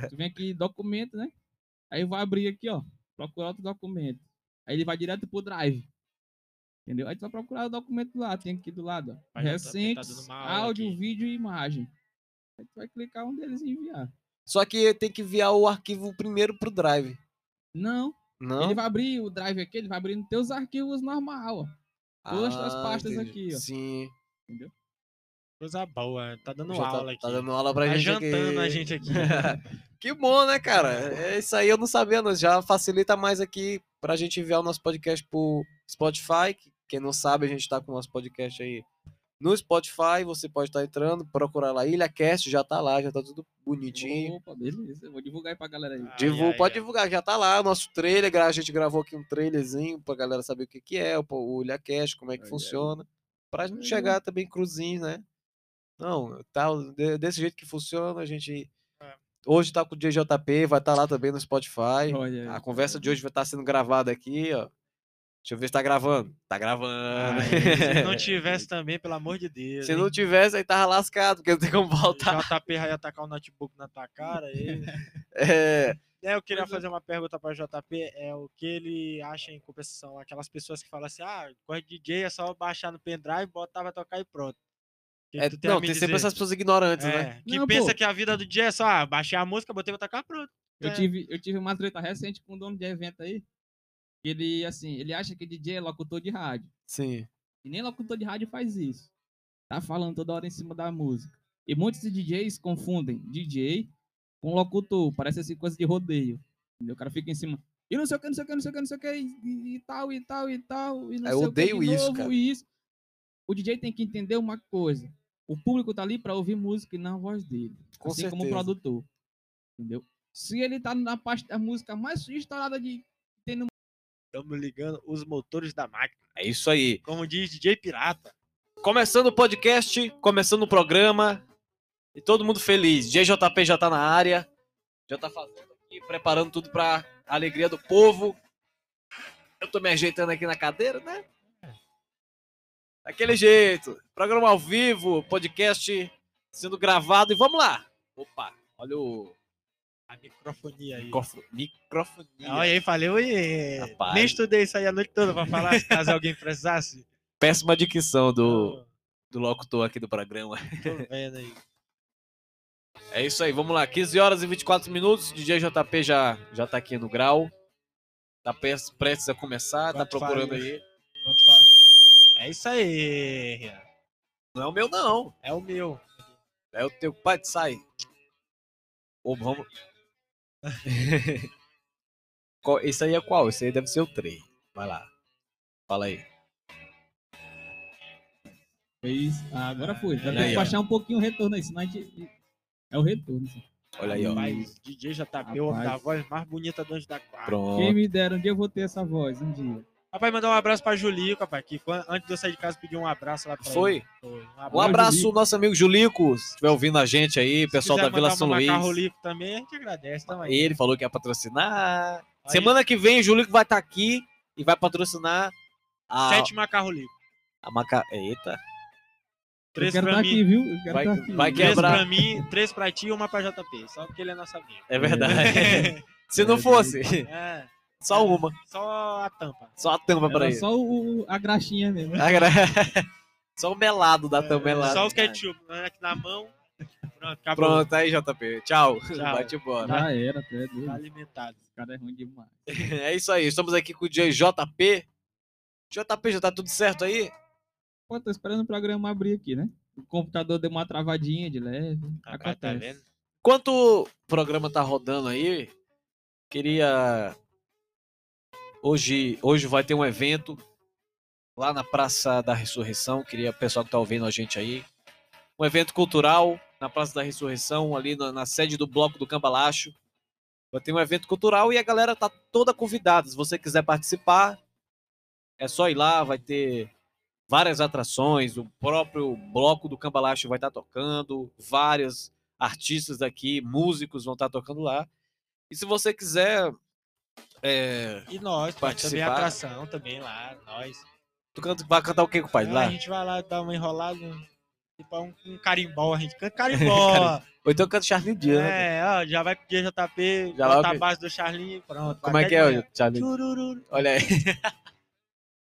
Tu vem aqui, documento, né? Aí vai abrir aqui, ó. Procurar outro documento. Aí ele vai direto pro Drive. Entendeu? Aí tu vai procurar o documento lá, tem aqui do lado, ó. Vai já tá- tá dando Recentes, uma aula áudio, aqui. vídeo e imagem. Aí tu vai clicar um deles e enviar. Só que tem que enviar o arquivo primeiro pro Drive. Não, Não? ele vai abrir o Drive aqui, ele vai abrir nos teus arquivos normal, ó. todas as pastas aqui, ó. Ah, Sim. Coisa boa, tá dando já tá- aula tá, aqui. dando aula pra Tá gente jantando aqui. a gente aqui. que bom, né, cara? É isso aí, eu não sabia, não. Já facilita mais aqui pra gente enviar o nosso podcast pro Spotify. que- Quem não sabe, a gente tá com o nosso podcast aí no Spotify. Você pode estar entrando, procurar lá. IlhaCast já tá lá, já tá tudo bonitinho. Opa, beleza. Eu vou divulgar aí pra galera aí. Ai, Divul- ai, pode ai. divulgar, já tá lá o nosso trailer. gra- A gente gravou aqui um trailerzinho pra galera saber o que, que é, o, po- o Ilhacast, como é que Ai, ai. funciona. Pra Uhum. gente Ai, chegar também cruzinho, né? Não, tá, de- desse jeito que funciona, a gente. É. Hoje tá com o DJP, vai estar lá também no Spotify. Olha aí, A conversa cara. de hoje vai estar sendo gravada aqui, ó. Deixa eu ver se tá gravando. Tá gravando. Ai, se não tivesse também, pelo amor de Deus. se não tivesse, aí tava lascado, porque não tem como voltar. O JP vai atacar o notebook na tua cara. E... É, É, eu queria Pois é. fazer uma pergunta para JP, é o que ele acha em compensação? Aquelas pessoas que falam assim, ah, gosto de DJ, é só baixar no pendrive, botar pra tocar e pronto. O que é, tu a não, me tem sempre dizer? essas pessoas ignorantes, É, né? Que Não, pô. pensa que a vida do DJ é só, ah, baixei a música, botei pra tocar, pronto. Eu É. tive, eu tive uma treta recente com um dono de evento aí. que Ele, assim, ele acha que DJ é locutor de rádio. Sim. E nem locutor de rádio faz isso. Tá falando toda hora em cima da música. E muitos DJs confundem DJ com locutor. Parece assim coisa de rodeio. entendeu? O cara fica em cima. E não sei o que, não sei o que, não sei o que, não sei o que, e, e tal, e tal, e tal. E não Ah, eu sei odeio o que, de isso, novo, cara. E isso. O DJ tem que entender uma coisa. O público tá ali pra ouvir música e não a voz dele Com assim como certeza. o produtor. Entendeu? Se ele tá na parte da música mais estourada de. Estamos ligando os motores da máquina, É isso aí. como diz DJ Pirata. Começando o podcast, começando o programa. E todo mundo feliz. JJP já tá na área. Já tá fazendo aqui, preparando tudo pra alegria do povo. Eu tô me ajeitando aqui na cadeira, né? Daquele jeito. Programa ao vivo, podcast sendo gravado. E vamos lá. Opa, olha o A microfonia aí. microfo- microfonia. Olha aí, falei, oi. Rapaz. Nem estudei isso aí a noite toda pra falar, se caso alguém precisasse. Péssima dicção do, Tô, do locutor aqui do programa. tô vendo aí. É isso aí, vamos lá. 15 horas e 24 minutos. DJ JP já, já tá aqui no grau. Tá pres- prestes a começar, tá Quanto procurando faz? aí. Quanto fala? É isso aí. Não é o meu, não. É o meu. É o teu pai, sai. Ô, vamos. Qual- Esse aí é qual? Esse aí deve ser o 3. Vai lá. Fala aí. Fez. Ah, agora foi. Vai Olha ter aí, que ó. baixar um pouquinho o retorno aí, senão a gente. É o retorno. assim. Olha aí, ó. Rapaz, DJ JP, o homem da Rapaz. voz mais bonita do anjo da quadra. Pronto. Quem me dera, um dia eu vou ter essa voz, um dia. Rapaz, mandar um abraço pra Julico, rapaz, que quando- antes de eu sair de casa pediu um abraço lá pra Foi? ele. Foi. Um Um abraço. abraço, Julico. nosso amigo Julico, se estiver ouvindo a gente aí, Se pessoal quiser da Vila mandar São um Luís. Macarro Lico também, a gente agradece também. Ele falou que ia patrocinar. Aí, Semana que vem, Julico vai estar aqui e vai patrocinar a, Sete Macarro Lico. a Maca. Eita, Eu Três quero pra estar mim. aqui, viu? Eu quero Vai- tá aqui. vai Três quebrar. pra mim, três pra ti e uma pra JP. Só porque ele é nossa amiga. é verdade. se não fosse, É, só uma, só a tampa. só a tampa pra Era ele. só um o, a graxinha mesmo. Agra- Só o melado da tampa melado. É, É. Só o ketchup né, aqui na mão. Pronto, acabou. Pronto, aí, JP. Tchau. Tchau. Bate embora. Já era, tu é doido. Tá alimentado. Esse cara é ruim demais. É isso aí. Estamos aqui com o DJ JP. JP, já tá tudo certo aí? Pô, tô esperando o programa abrir aqui, né? O computador deu uma travadinha de leve. Rapaz, Acontece. tá vendo? Enquanto o programa tá rodando aí, queria. Hoje, hoje vai ter um evento lá na Praça da Ressurreição. Queria o pessoal que tá ouvindo a gente aí. Um evento cultural na Praça da Ressurreição, ali na, na sede do Bloco do Cambalacho. Vai ter um evento cultural e a galera tá toda convidada. Se você quiser participar, é só ir lá, vai ter várias atrações. O próprio Bloco do Cambalacho vai estar tocando, várias artistas daqui, músicos vão estar tocando lá. E se você quiser. É... E nós, pô, também Participar. atração também lá, nós. Tu canta, vai cantar o que, compadre? Ah, Lá? A gente vai lá dar uma enrolada, tipo um, um carimbó, a gente canta carimbó. Ou então canta Charlie Dia, né? é, ó, já vai pro DJP, Já já vai bota a pro- base do Charlinho, pronto. Como é até que é, de manhã. ô, Charlie? Tururu. Olha aí.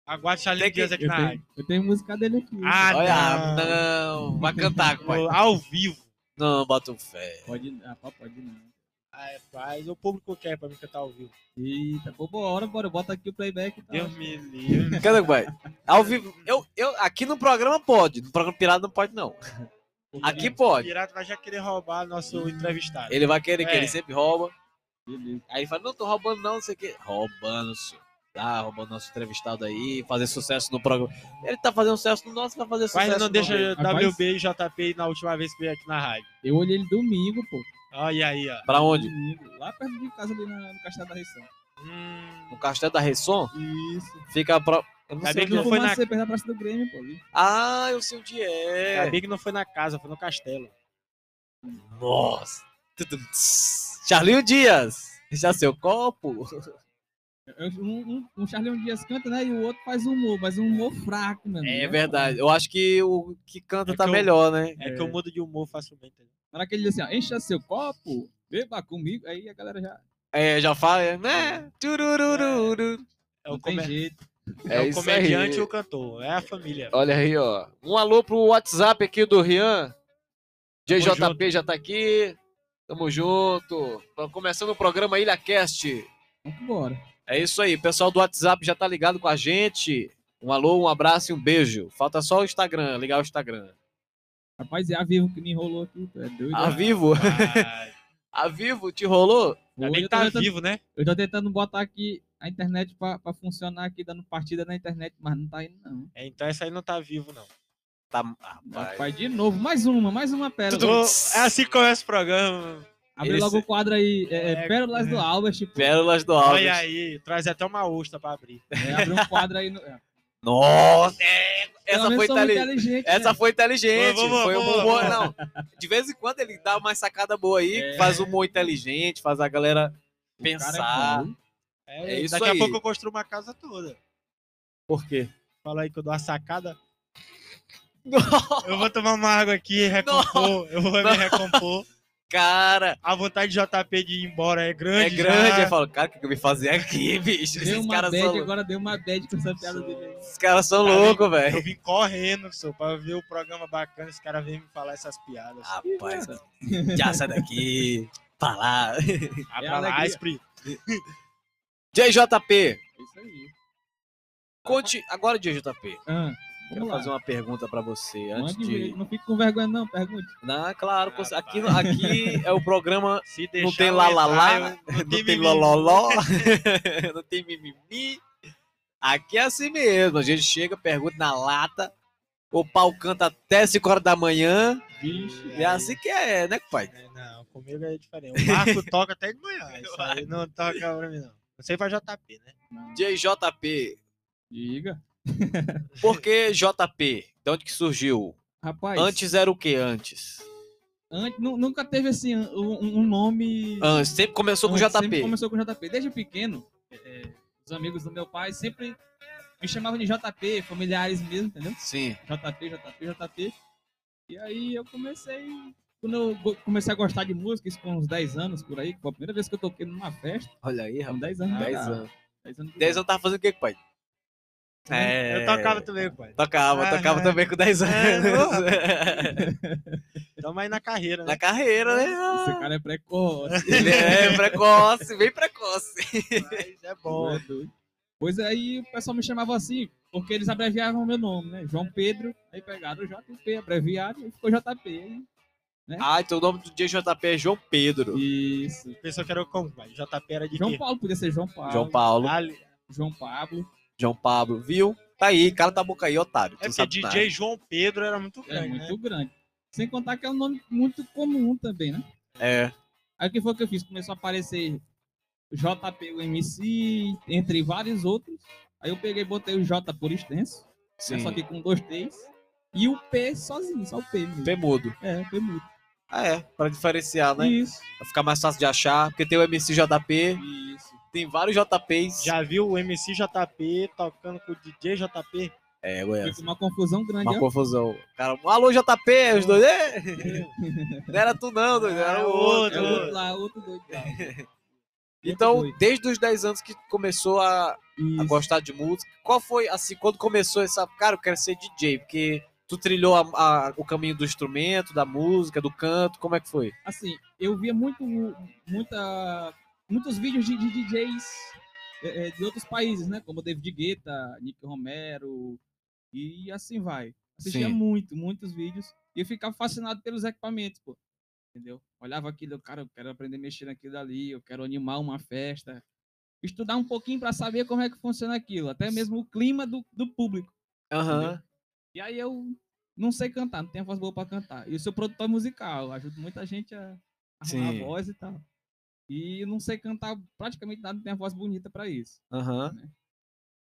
Aguarde o Tem Charlinho que- Dias aqui Eu na rádio. tenho, eu tenho música dele aqui. Ah, Olha, ah, não. não. Vai cantar, compadre. Ô, Ao vivo. Não, bota o fé. Pode, ah, pá, pode não. Ah, é, Mas o público quer pra mim cantar ao vivo. Eita, pô, bora, bora, bota aqui o playback. e tal. Deus me livre. Canta, compadre. Ao vivo. Eu, eu, aqui no programa pode. No programa Pirata não pode, não. Aqui O pode. Hum. pirata vai já querer roubar nosso entrevistado. Ele vai querer que É. ele sempre rouba. Beleza. Aí ele fala, não, tô roubando não, não sei o quê. Roubando, senhor. Tá roubando nosso entrevistado aí, fazer sucesso no programa. Ele tá fazendo sucesso no nosso, vai fazer sucesso Mas não no deixa dele. Rapaz. WB e JP ir na última vez que veio aqui na rádio. Eu olhei ele domingo, pô. Olha aí, ó. Pra onde? Domingo, lá perto de casa ali na, no Castelo da Reção. Hum, No Castelo da Resson? Isso. Fica pra. Eu não Tá sei bem onde que não é. foi na- Você perto da Praça do Grêmio, pô. ali. Ah, eu sei onde é. Sabia que não foi na casa, foi no castelo. Nossa. Tudum, tss. Charlinho Dias. Já seu copo? Eu- Um, um, um Charleão Dias canta, né? E o outro faz humor, mas um humor fraco, né? meu amigo. É verdade. Eu acho que o que canta É tá que eu- melhor, né? É, que eu mudo de humor facilmente. né? Na hora que ele diz assim, ó, encha seu copo, beba comigo, aí a galera já. É, já fala, né? Tururururu. É não o, tem come- jeito. é o isso aí. comediante e o cantor. É a família. Olha aí, ó. Um alô pro WhatsApp aqui do Rian. DJP já tá aqui. Tamo junto. Tamo Começando o programa Ilha Cast. Vamos embora. É isso aí, pessoal do WhatsApp já tá ligado com a gente. Um alô, um abraço e um beijo. Falta só o Instagram, ligar o Instagram. Rapaz, é a vivo que me enrolou aqui, tu é doido. A vivo? Ai, A vivo te rolou? Ainda Ah, bem é eu, que tô tá tentando, vivo, né? eu tô tentando botar aqui a internet pra, pra funcionar aqui, dando partida na internet, mas não tá indo, não. É, então essa aí não tá vivo, não. Tá, Rapaz, de novo, mais uma, mais uma pérola. Tudo- Ô, é assim que começa o programa. Abre esse- logo o quadro aí, é, é, É, Pérolas é. do Albert, tipo. Pérolas do Olha Alves. aí, traz até uma ostra pra abrir. É, abre um quadro aí. No, é. Nossa, é, Pelo essa menos foi sou muito inteligente. inteligente. Essa né? foi inteligente. Boa, boa, foi um boa, bom, boa. não. De vez em quando ele dá uma sacada boa aí, É. faz um humor inteligente, faz a galera O cara é pensar. bom. É, É isso daqui aí. a pouco eu construo uma casa toda. Por quê? Fala aí que eu dou uma sacada. Eu vou tomar uma água aqui, recompor. Eu vou me recompor. Cara, A vontade de JP de ir embora é é grande. grande. já. Eu falo, cara, o que que eu vim fazer aqui, bicho? Deu Esses uma caras bad, são agora deu uma bad com essa piada dele. aí. Esses caras são Cara, loucos, velho. Eu vim correndo, só, pra ver o programa bacana. Esse cara vem me falar essas piadas. Ah, Rapaz, já sai daqui. Pra lá. Ah, pra é lá, alegria. Esprit. JJP, É isso aí. conte. Agora, JJP, Ah, quero vamos lá. fazer uma pergunta pra você antes Mande de. ver, Não fique com vergonha, não, pergunte. Não, claro, cons- Rapaz. aqui, aqui é o programa. Se Não deixar tem eu lá, lá, entrar, lá, eu- não tem mimimi. lololó, não tem mimimi. Aqui é assim mesmo. A gente chega, pergunta na lata. O pau canta até 5 horas da manhã. Vixe. É assim que é, né, pai? É, Não, comigo é diferente. O Marco toca até de manhã. Isso aí não toca pra mim, não. Não sei pra JP, né? DJP, Diga. Por que JP? De onde que surgiu? Rapaz, Antes era o que antes? antes- nu- nunca teve assim an- um, um nome. Ah, sempre começou com Antes, Sempre JP. começou com JP. Desde pequeno, é, é, os amigos do meu pai sempre me chamavam de JP, familiares mesmo, entendeu? Sim. JP, JP, JP. E aí eu comecei. Quando eu go- comecei a gostar de música, isso com uns 10 anos por aí, que foi a primeira vez que eu toquei numa festa, Olha aí, com rapaz. 10 Ah. anos. 10 cara. anos. 10 anos. de 10 idade. anos tava fazendo o que, pai? É. Eu tocava também, pai. É. Tocava, Ah, tocava é. também com 10 anos. Tamo aí na carreira, né? Na carreira, né? Esse cara é precoce. Ele é precoce, bem precoce. Mas é bom. é doido. Pois aí o pessoal me chamava assim, porque eles abreviavam meu nome, né? João Pedro, aí pegaram o JP, abreviaram e ficou JP. aí. Ah, então o nome do JP é João Pedro. Isso. Pensou que era o como, pai? JP era de João quê? Paulo podia ser João Paulo. João Paulo, Ali- é João Pablo. João Pablo, viu? Tá aí, cala tua boca aí, otário. tu É não porque sabe DJ nada. João Pedro era muito É grande, muito né? grande. Sem contar que é um nome muito comum também, né? É, Aí o que foi que eu fiz? Começou a aparecer JP, o MC, entre vários outros. Aí eu peguei e botei o J por extenso, né? sim. só que com dois T's. E o P sozinho, só o P mesmo. Pé mudo. É, P muito. Ah, é, pra diferenciar, né? Isso. Pra ficar mais fácil de achar, porque tem o MC JP, Isso. tem vários JPs. Já viu o MC JP tocando com o DJ JP? É, Goiás. Fica uma confusão grande. É Uma ó. confusão. Cara, um alô JP, os dois. "É". Não era tu não, doido, era o outro. É outro lá, outro doido lá. Então, doido. desde os 10 anos que começou a, a Isso. gostar de música, qual foi, assim, quando começou essa. Cara, eu quero ser DJ, porque tu trilhou a- a- o caminho do instrumento, da música, do canto, como é que foi? assim, eu via muito, muita, muitos vídeos de, de DJs eh, eh, de outros países, né? Como David Guetta, Nick Romero e assim vai. Assistia Sim. muito, muitos vídeos e eu ficava fascinado pelos equipamentos, pô. Entendeu? Olhava aquilo, eu, cara, eu quero aprender a mexer naquilo ali, eu quero animar uma festa. Estudar um pouquinho para saber como é que funciona aquilo, até mesmo o clima do, do público. Aham. E aí eu não sei cantar, não tenho voz boa pra cantar. E eu sou produtor musical, eu ajudo muita gente a arrumar Sim. a voz e tal. E eu não sei cantar praticamente nada, não tenho a voz bonita pra isso. Aham.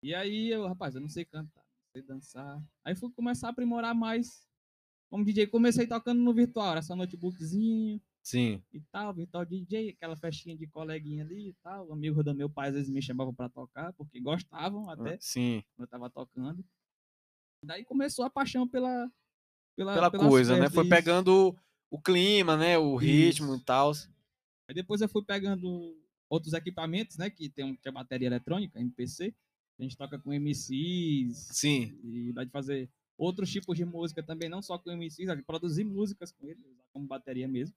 E aí eu, rapaz, eu não sei cantar, não sei dançar. Aí fui começar a aprimorar mais como DJ. Comecei tocando no virtual, era só notebookzinho Sim. e tal, virtual DJ, aquela festinha de coleguinha ali e tal. Amigos do meu pai às vezes me chamavam pra tocar, porque gostavam até Sim. quando eu tava tocando. Daí começou a paixão pela pela, Pela Ah, pelas coisa, né? festas, Foi isso. pegando o clima, né? O ritmo Isso. e tal. Aí depois eu fui pegando outros equipamentos, né, que tem um, que é bateria eletrônica, MPC. A gente toca com MCs Sim. e dá de fazer outros tipos de música também, não só com MCs, dá de produzir músicas com eles, usar como bateria mesmo.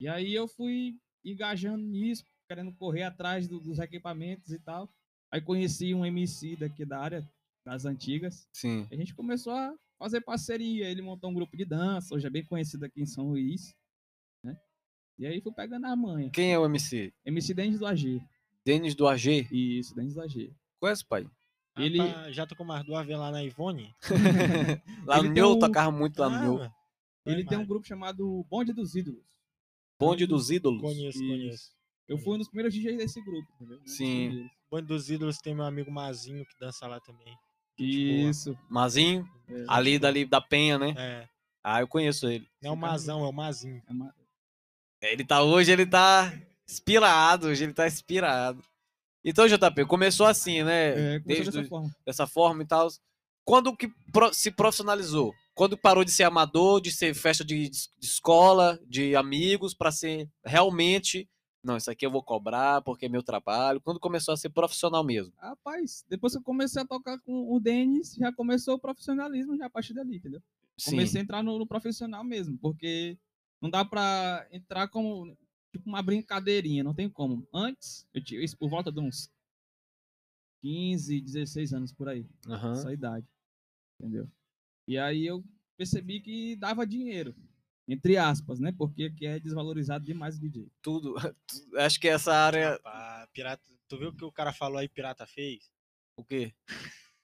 E aí eu fui engajando nisso, querendo correr atrás do- dos equipamentos e tal. Aí conheci um MC daqui da área das antigas, Sim. A gente começou a fazer parceria. Ele montou um grupo de dança, hoje é bem conhecido aqui em São Luís. Né? E aí fui pegando a manha. Quem é o MC? MC Dendes do AG. Denis do AG? Isso, Dendes do AG. Conhece, pai? Ele- Rapaz, Já tocou mais duas vezes lá na Ivone? Lá Ele no tem Neu, um- tocava muito lá no Ah, Neu. mano, Ele Vai tem um mais. grupo chamado Bonde dos Ídolos. Uhum. Bonde dos Ídolos. Conheço, Isso. conheço. Eu fui um dos primeiros DJs desse grupo, entendeu? Um dos Sim. primeiros. Bonde dos Ídolos tem meu amigo Mazinho que dança lá também. Gente boa. Isso. Mazinho, É, ali dali da Penha, né? É, Ah, eu conheço ele. não é o Esse cara- Mazão, é o Mazinho. é uma- Ele tá hoje, ele tá inspirado, hoje ele tá inspirado. Então, JP, começou assim, né? é, começou Desde dessa dessa, forma. forma e tal. Quando que pro- se profissionalizou? Quando parou de ser amador, de ser festa de, de escola, de amigos, pra ser realmente. Não, isso aqui eu vou cobrar porque é meu trabalho. Quando começou a ser profissional mesmo? Rapaz, depois que eu comecei a tocar com o Denis, já começou o profissionalismo já a partir dali, entendeu? comecei a entrar no, no profissional mesmo, porque não dá pra entrar como tipo uma brincadeirinha, não tem como. Antes, eu tinha isso por volta de uns 15, 16 anos por aí, Aham. essa idade, entendeu? E aí eu percebi que dava dinheiro, entre aspas, né? Porque aqui é desvalorizado demais o DJ. Tudo. tudo- Acho que essa É. área. Rapaz, pirata... Tu viu o que o cara falou aí, pirata fez? O quê?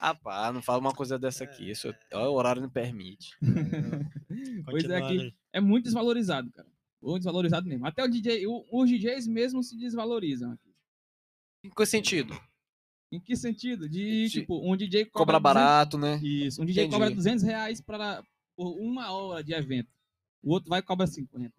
Ah, pá, não fala uma coisa dessa aqui. Isso, ó, o horário não permite. Pois é, Continuando. É muito desvalorizado, cara. Muito desvalorizado mesmo. Até o DJ, o- os DJs mesmo se desvalorizam aqui. Em que sentido? Em que sentido? De, De tipo, um DJ Cobra cobra, 200 barato, né? Isso, um DJ Entendi. cobra 200 reais pra, por uma hora de evento. O outro vai e cobra 50.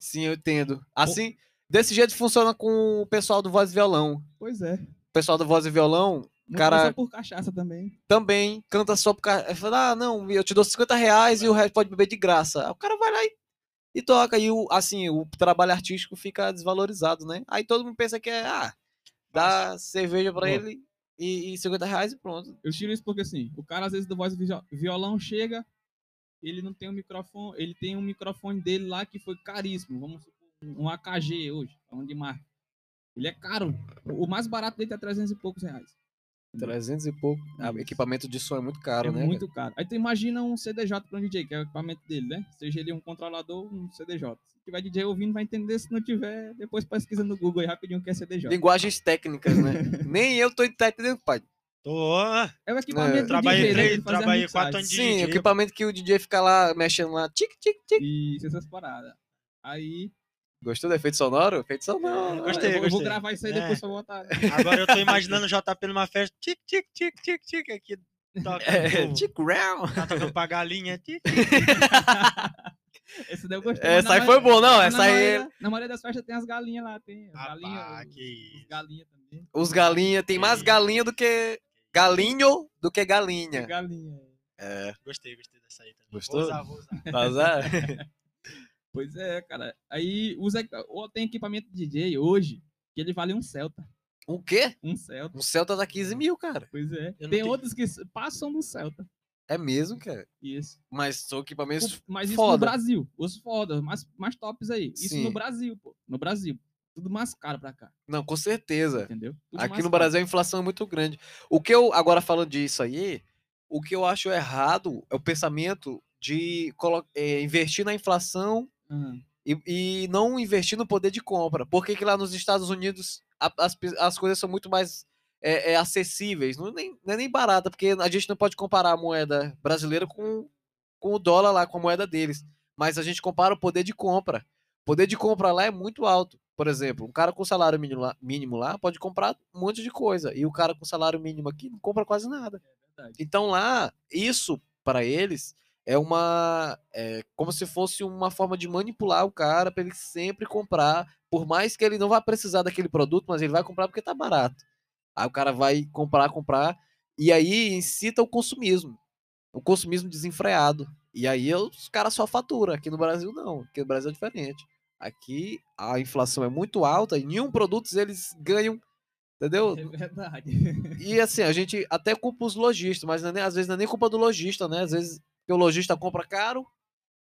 Sim, eu entendo. Assim, desse jeito funciona com o pessoal do voz e violão. O Pois é. pessoal do voz e violão Muito Cara- só por cachaça também. também canta só por causa. Fala, ah, não, eu te dou 50 reais e o resto pode beber de graça. Aí o cara vai lá e, e toca. E o, assim, o trabalho artístico fica desvalorizado, né? Aí todo mundo pensa que é, ah, dá cerveja pra Boa. ele e, e 50 reais e pronto. Eu tiro isso porque assim, o cara às vezes do voz e Vio- violão chega, ele não tem um microfone, ele tem um microfone dele lá que foi caríssimo. Vamos supor, um AKG hoje, falando de marca. Ele é caro. O o mais barato dele tá 300 e poucos reais. 300 e pouco. Ah, Isso. Equipamento de som é muito caro, é né? muito caro. Aí tu imagina um CDJ pra um DJ, que é o equipamento dele, né? Seja ele um controlador, um CDJ. Se tiver DJ ouvindo, vai entender. Se não tiver, depois pesquisa no Google aí rapidinho o que é velho? CDJ. Linguagens técnicas, né? Nem eu tô entendendo, pai. Tô. ah, É o equipamento do Trabalhei DJ, né? três- Ele fazer a trabalhei mixagem. quatro anos de Sim, DJ, equipamento que o DJ fica lá mexendo lá, tic, tic, tic. Isso, essas paradas. Aí. Gostou do efeito sonoro? Efeito sonoro. eu Gostei, vou- eu, vou gostei. gravar isso aí É. depois pra botar. Agora eu tô imaginando o JP numa festa. Tic, tic, tic, tic, tic. Aqui. Toca. É, pô, tic, round. Tá tocando pra galinha. Tic, Esse daí eu gostei. mas Essa na aí foi maioria- boa, não. mas Essa na aí. maioria, na maioria das festas tem as galinhas lá, tem. As Rapaz, galinhas. Ah, que Os isso. galinhas também. Os galinha. Tem mais Sim. galinha do que. Galinho do que Tem galinha. galinha. É. Gostei, gostei dessa aí também. Gostou? Vou usar, vou usar. Pois é, cara. Aí usa, ou tem equipamento de DJ hoje que ele vale um Celta. o quê? Um Celta. O Celta dá 15 mil, cara. Pois é. não Tem tenho- outros que s- passam do Celta. É mesmo, cara. Isso. Mas são equipamentos. O- mas isso no foda. Brasil. Os foda, mais, mais tops aí. Isso Sim. no Brasil, pô. No Brasil. Tudo mais caro pra cá, Não, com certeza. entendeu? Tudo Aqui mais no caro. Brasil a inflação é muito grande. O que eu, agora falando disso aí, o que eu acho errado é o pensamento de colo- eh, investir na inflação Aham. e, e não investir no poder de compra. Por que, que lá nos Estados Unidos a- as, pe- as coisas são muito mais é, é, acessíveis? Não, é nem, não é nem barata, porque a gente não pode comparar a moeda brasileira com, com o dólar lá, com a moeda deles. Mas a gente compara o poder de compra. O poder de compra lá é muito alto. Por exemplo, um cara com salário mínimo lá, mínimo lá pode comprar um monte de coisa. E o cara com salário mínimo aqui não compra quase nada. Verdade. Então lá, isso para eles é uma. É como se fosse uma forma de manipular o cara para ele sempre comprar. Por mais que ele não vá precisar daquele produto, mas ele vai comprar porque tá barato. Aí o cara vai comprar, comprar. E aí incita o consumismo. O consumismo desenfreado. E aí os caras só faturam. Aqui no Brasil não. Aqui no Brasil é diferente. Aqui a inflação é muito alta e nenhum produto eles ganham. Entendeu? É verdade. E assim, a gente até culpa os lojistas, mas não é nem- às vezes não é nem culpa do lojista, né? Às vezes porque o lojista compra caro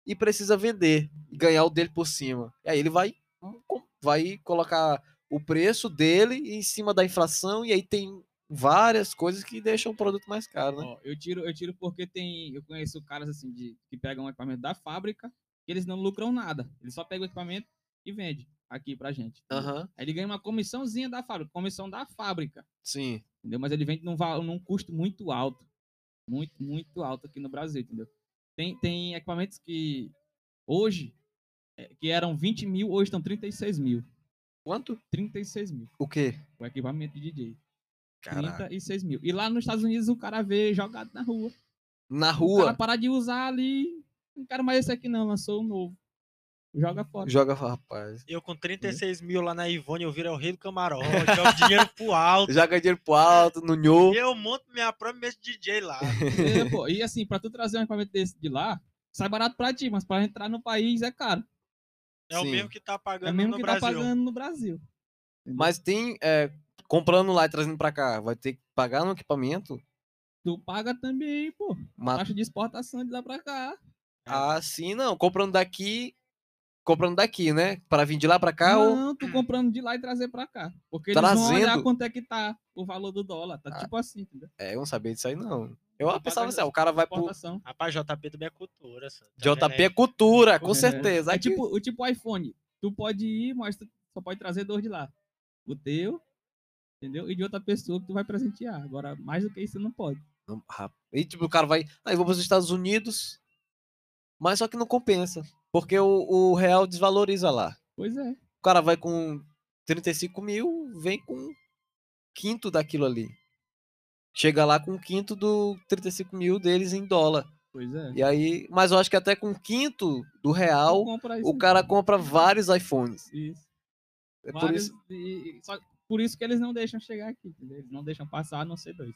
e precisa vender e ganhar o dele por cima. E aí ele vai, hum, com- vai colocar o preço dele em cima da inflação, e aí tem várias coisas que deixam o produto mais caro, né? Ó, eu tiro, eu tiro porque tem. Eu conheço caras assim de, que pegam o equipamento da fábrica, que eles não lucram nada. Eles só pegam o equipamento e vendem aqui pra gente. entendeu? Aham, Aí ele ganha uma comissãozinha da fábrica, comissão da fábrica. sim. Entendeu? Mas ele vende num, val- num custo muito alto. Muito, muito alto aqui no Brasil, entendeu? Tem, tem equipamentos que hoje, é, que eram 20 mil, hoje estão 36 mil. Quanto? 36 mil. O quê? O equipamento de DJ. Caraca. 36 mil. E lá nos Estados Unidos o cara vê jogado na rua. Na O cara rua, parar de usar ali. Não quero mais esse aqui não, lançou um novo. Joga fora. joga, rapaz. Eu com 36 mil lá na Ivone, eu viro é o rei do camarote, jogo dinheiro pro alto. Joga dinheiro pro alto, no nhô. E eu monto minha própria mesa de DJ lá. É, pô, e assim, pra tu trazer um equipamento desse de lá, sai barato pra ti, mas pra entrar no país é caro. É o Sim. mesmo que tá É pagando mesmo no que Brasil. tá pagando no Brasil. Mas tem. é, comprando lá e trazendo pra cá, vai ter que pagar no equipamento. Tu paga também, pô. Mas Taxa de exportação de lá pra cá. É. Ah, sim, não. Comprando daqui. Comprando daqui, né? Para vir de lá pra cá ou. Não, tu comprando de lá e trazer pra cá. Porque eles vão olhar Trazendo? quanto é que tá o valor do dólar. Tá tipo assim, entendeu? É, eu não sabia disso aí, não. Eu Tá pensava pagando assim, ah, o cara vai pro. Exportação. Rapaz, JP também é cultura. só. Tá vendo JP aí? é cultura, É. com certeza. É Aí que- tipo, o tipo iPhone. Tu pode ir, mas tu só pode trazer dois de lá. O teu, entendeu? E de outra pessoa que tu vai presentear. Agora, mais do que isso, não pode. Não, rap- E tipo, o cara vai. Aí eu vou para os Estados Unidos. Mas só que não compensa. Porque o, o real desvaloriza lá. Pois é. O cara vai com 35 mil, vem com um quinto daquilo ali. chega lá com um quinto do 35 mil deles em dólar. Pois é. E aí, mas eu acho que até com um quinto do Tu real, compra isso o aí. cara compra vários iPhones. Isso. É por Vários- isso. e- e- só- por isso que eles não deixam chegar aqui, entendeu? Eles não deixam passar a não ser dois.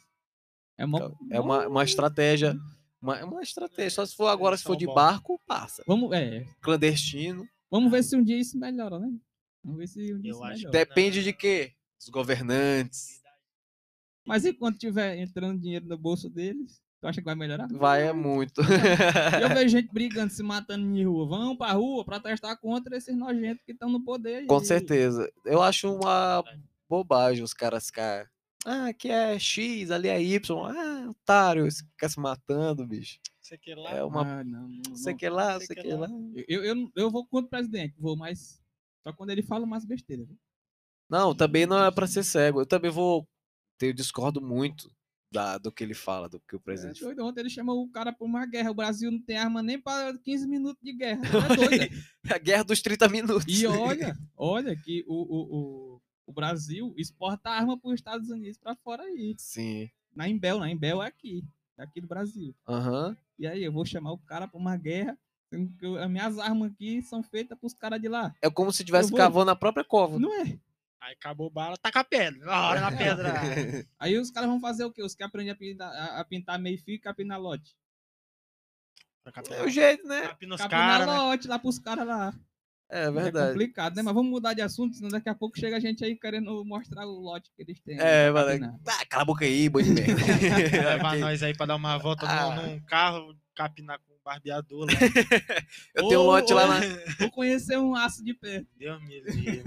É, mó, É mó- uma, uma estratégia. Uma, é uma estratégia. Só se for agora, se são for de bons. barco, passa. Vamos, é, Clandestino. vamos ver se um dia isso melhora, né? Vamos ver se um Ah. Eu dia isso acho melhora. que- Depende de quê? Dos governantes. Mas enquanto tiver entrando dinheiro no bolso deles, tu acha que vai melhorar? Vai é muito. E Eu vejo gente brigando, se matando de rua. Vão pra rua protestar contra esses nojentos que estão no poder. Com e- certeza. Eu acho uma bobagem os caras ficar Ah, aqui é X, ali é Y. Ah, otário, esse fica se matando, bicho. Você quer lá? É uma. Ah, não, não, não. Sei que lá, sei que lá. Eu, eu, eu vou contra o presidente, vou, mas só quando ele fala mais besteira. viu? Não, também não é pra ser cego. Eu também vou. Eu discordo muito da, do que ele fala, do que o presidente É doido, ontem ele chamou o cara pra uma guerra. O Brasil não tem arma nem pra 15 minutos de guerra. Tu É doido. né? A guerra dos 30 minutos. E olha, olha que o, o, o, o Brasil exporta arma pros Estados Unidos pra fora aí. Sim. Na Imbel, na Imbel é aqui. é Aqui do Brasil. Aham. E aí, eu vou chamar o cara pra uma guerra. sendo que eu- As minhas armas aqui são feitas pros caras de lá. É como se estivesse vou- cavando a própria cova. Não é? Aí acabou o bala, taca a pedra. Na hora É. na pedra. Aí os caras vão fazer o quê? Os que aprendem a pintar, a- a pintar meio fio e capinar lote. Taca a É o pedra. jeito, né? Capina os Capinar caras, né? lote lá pros caras lá. É É verdade. complicado, né? Mas vamos mudar de assunto, senão daqui a pouco chega a gente aí querendo mostrar o lote que eles têm. né? É, pra mano. capinar. Ah, cala a boca aí, boi de merda. né? Levar Ok. nós aí pra dar uma volta num- Ah. num, carro, capinar com um barbeador lá. Eu tenho um lote lá na. Vou conhecer um aço de perto. Deus me livre.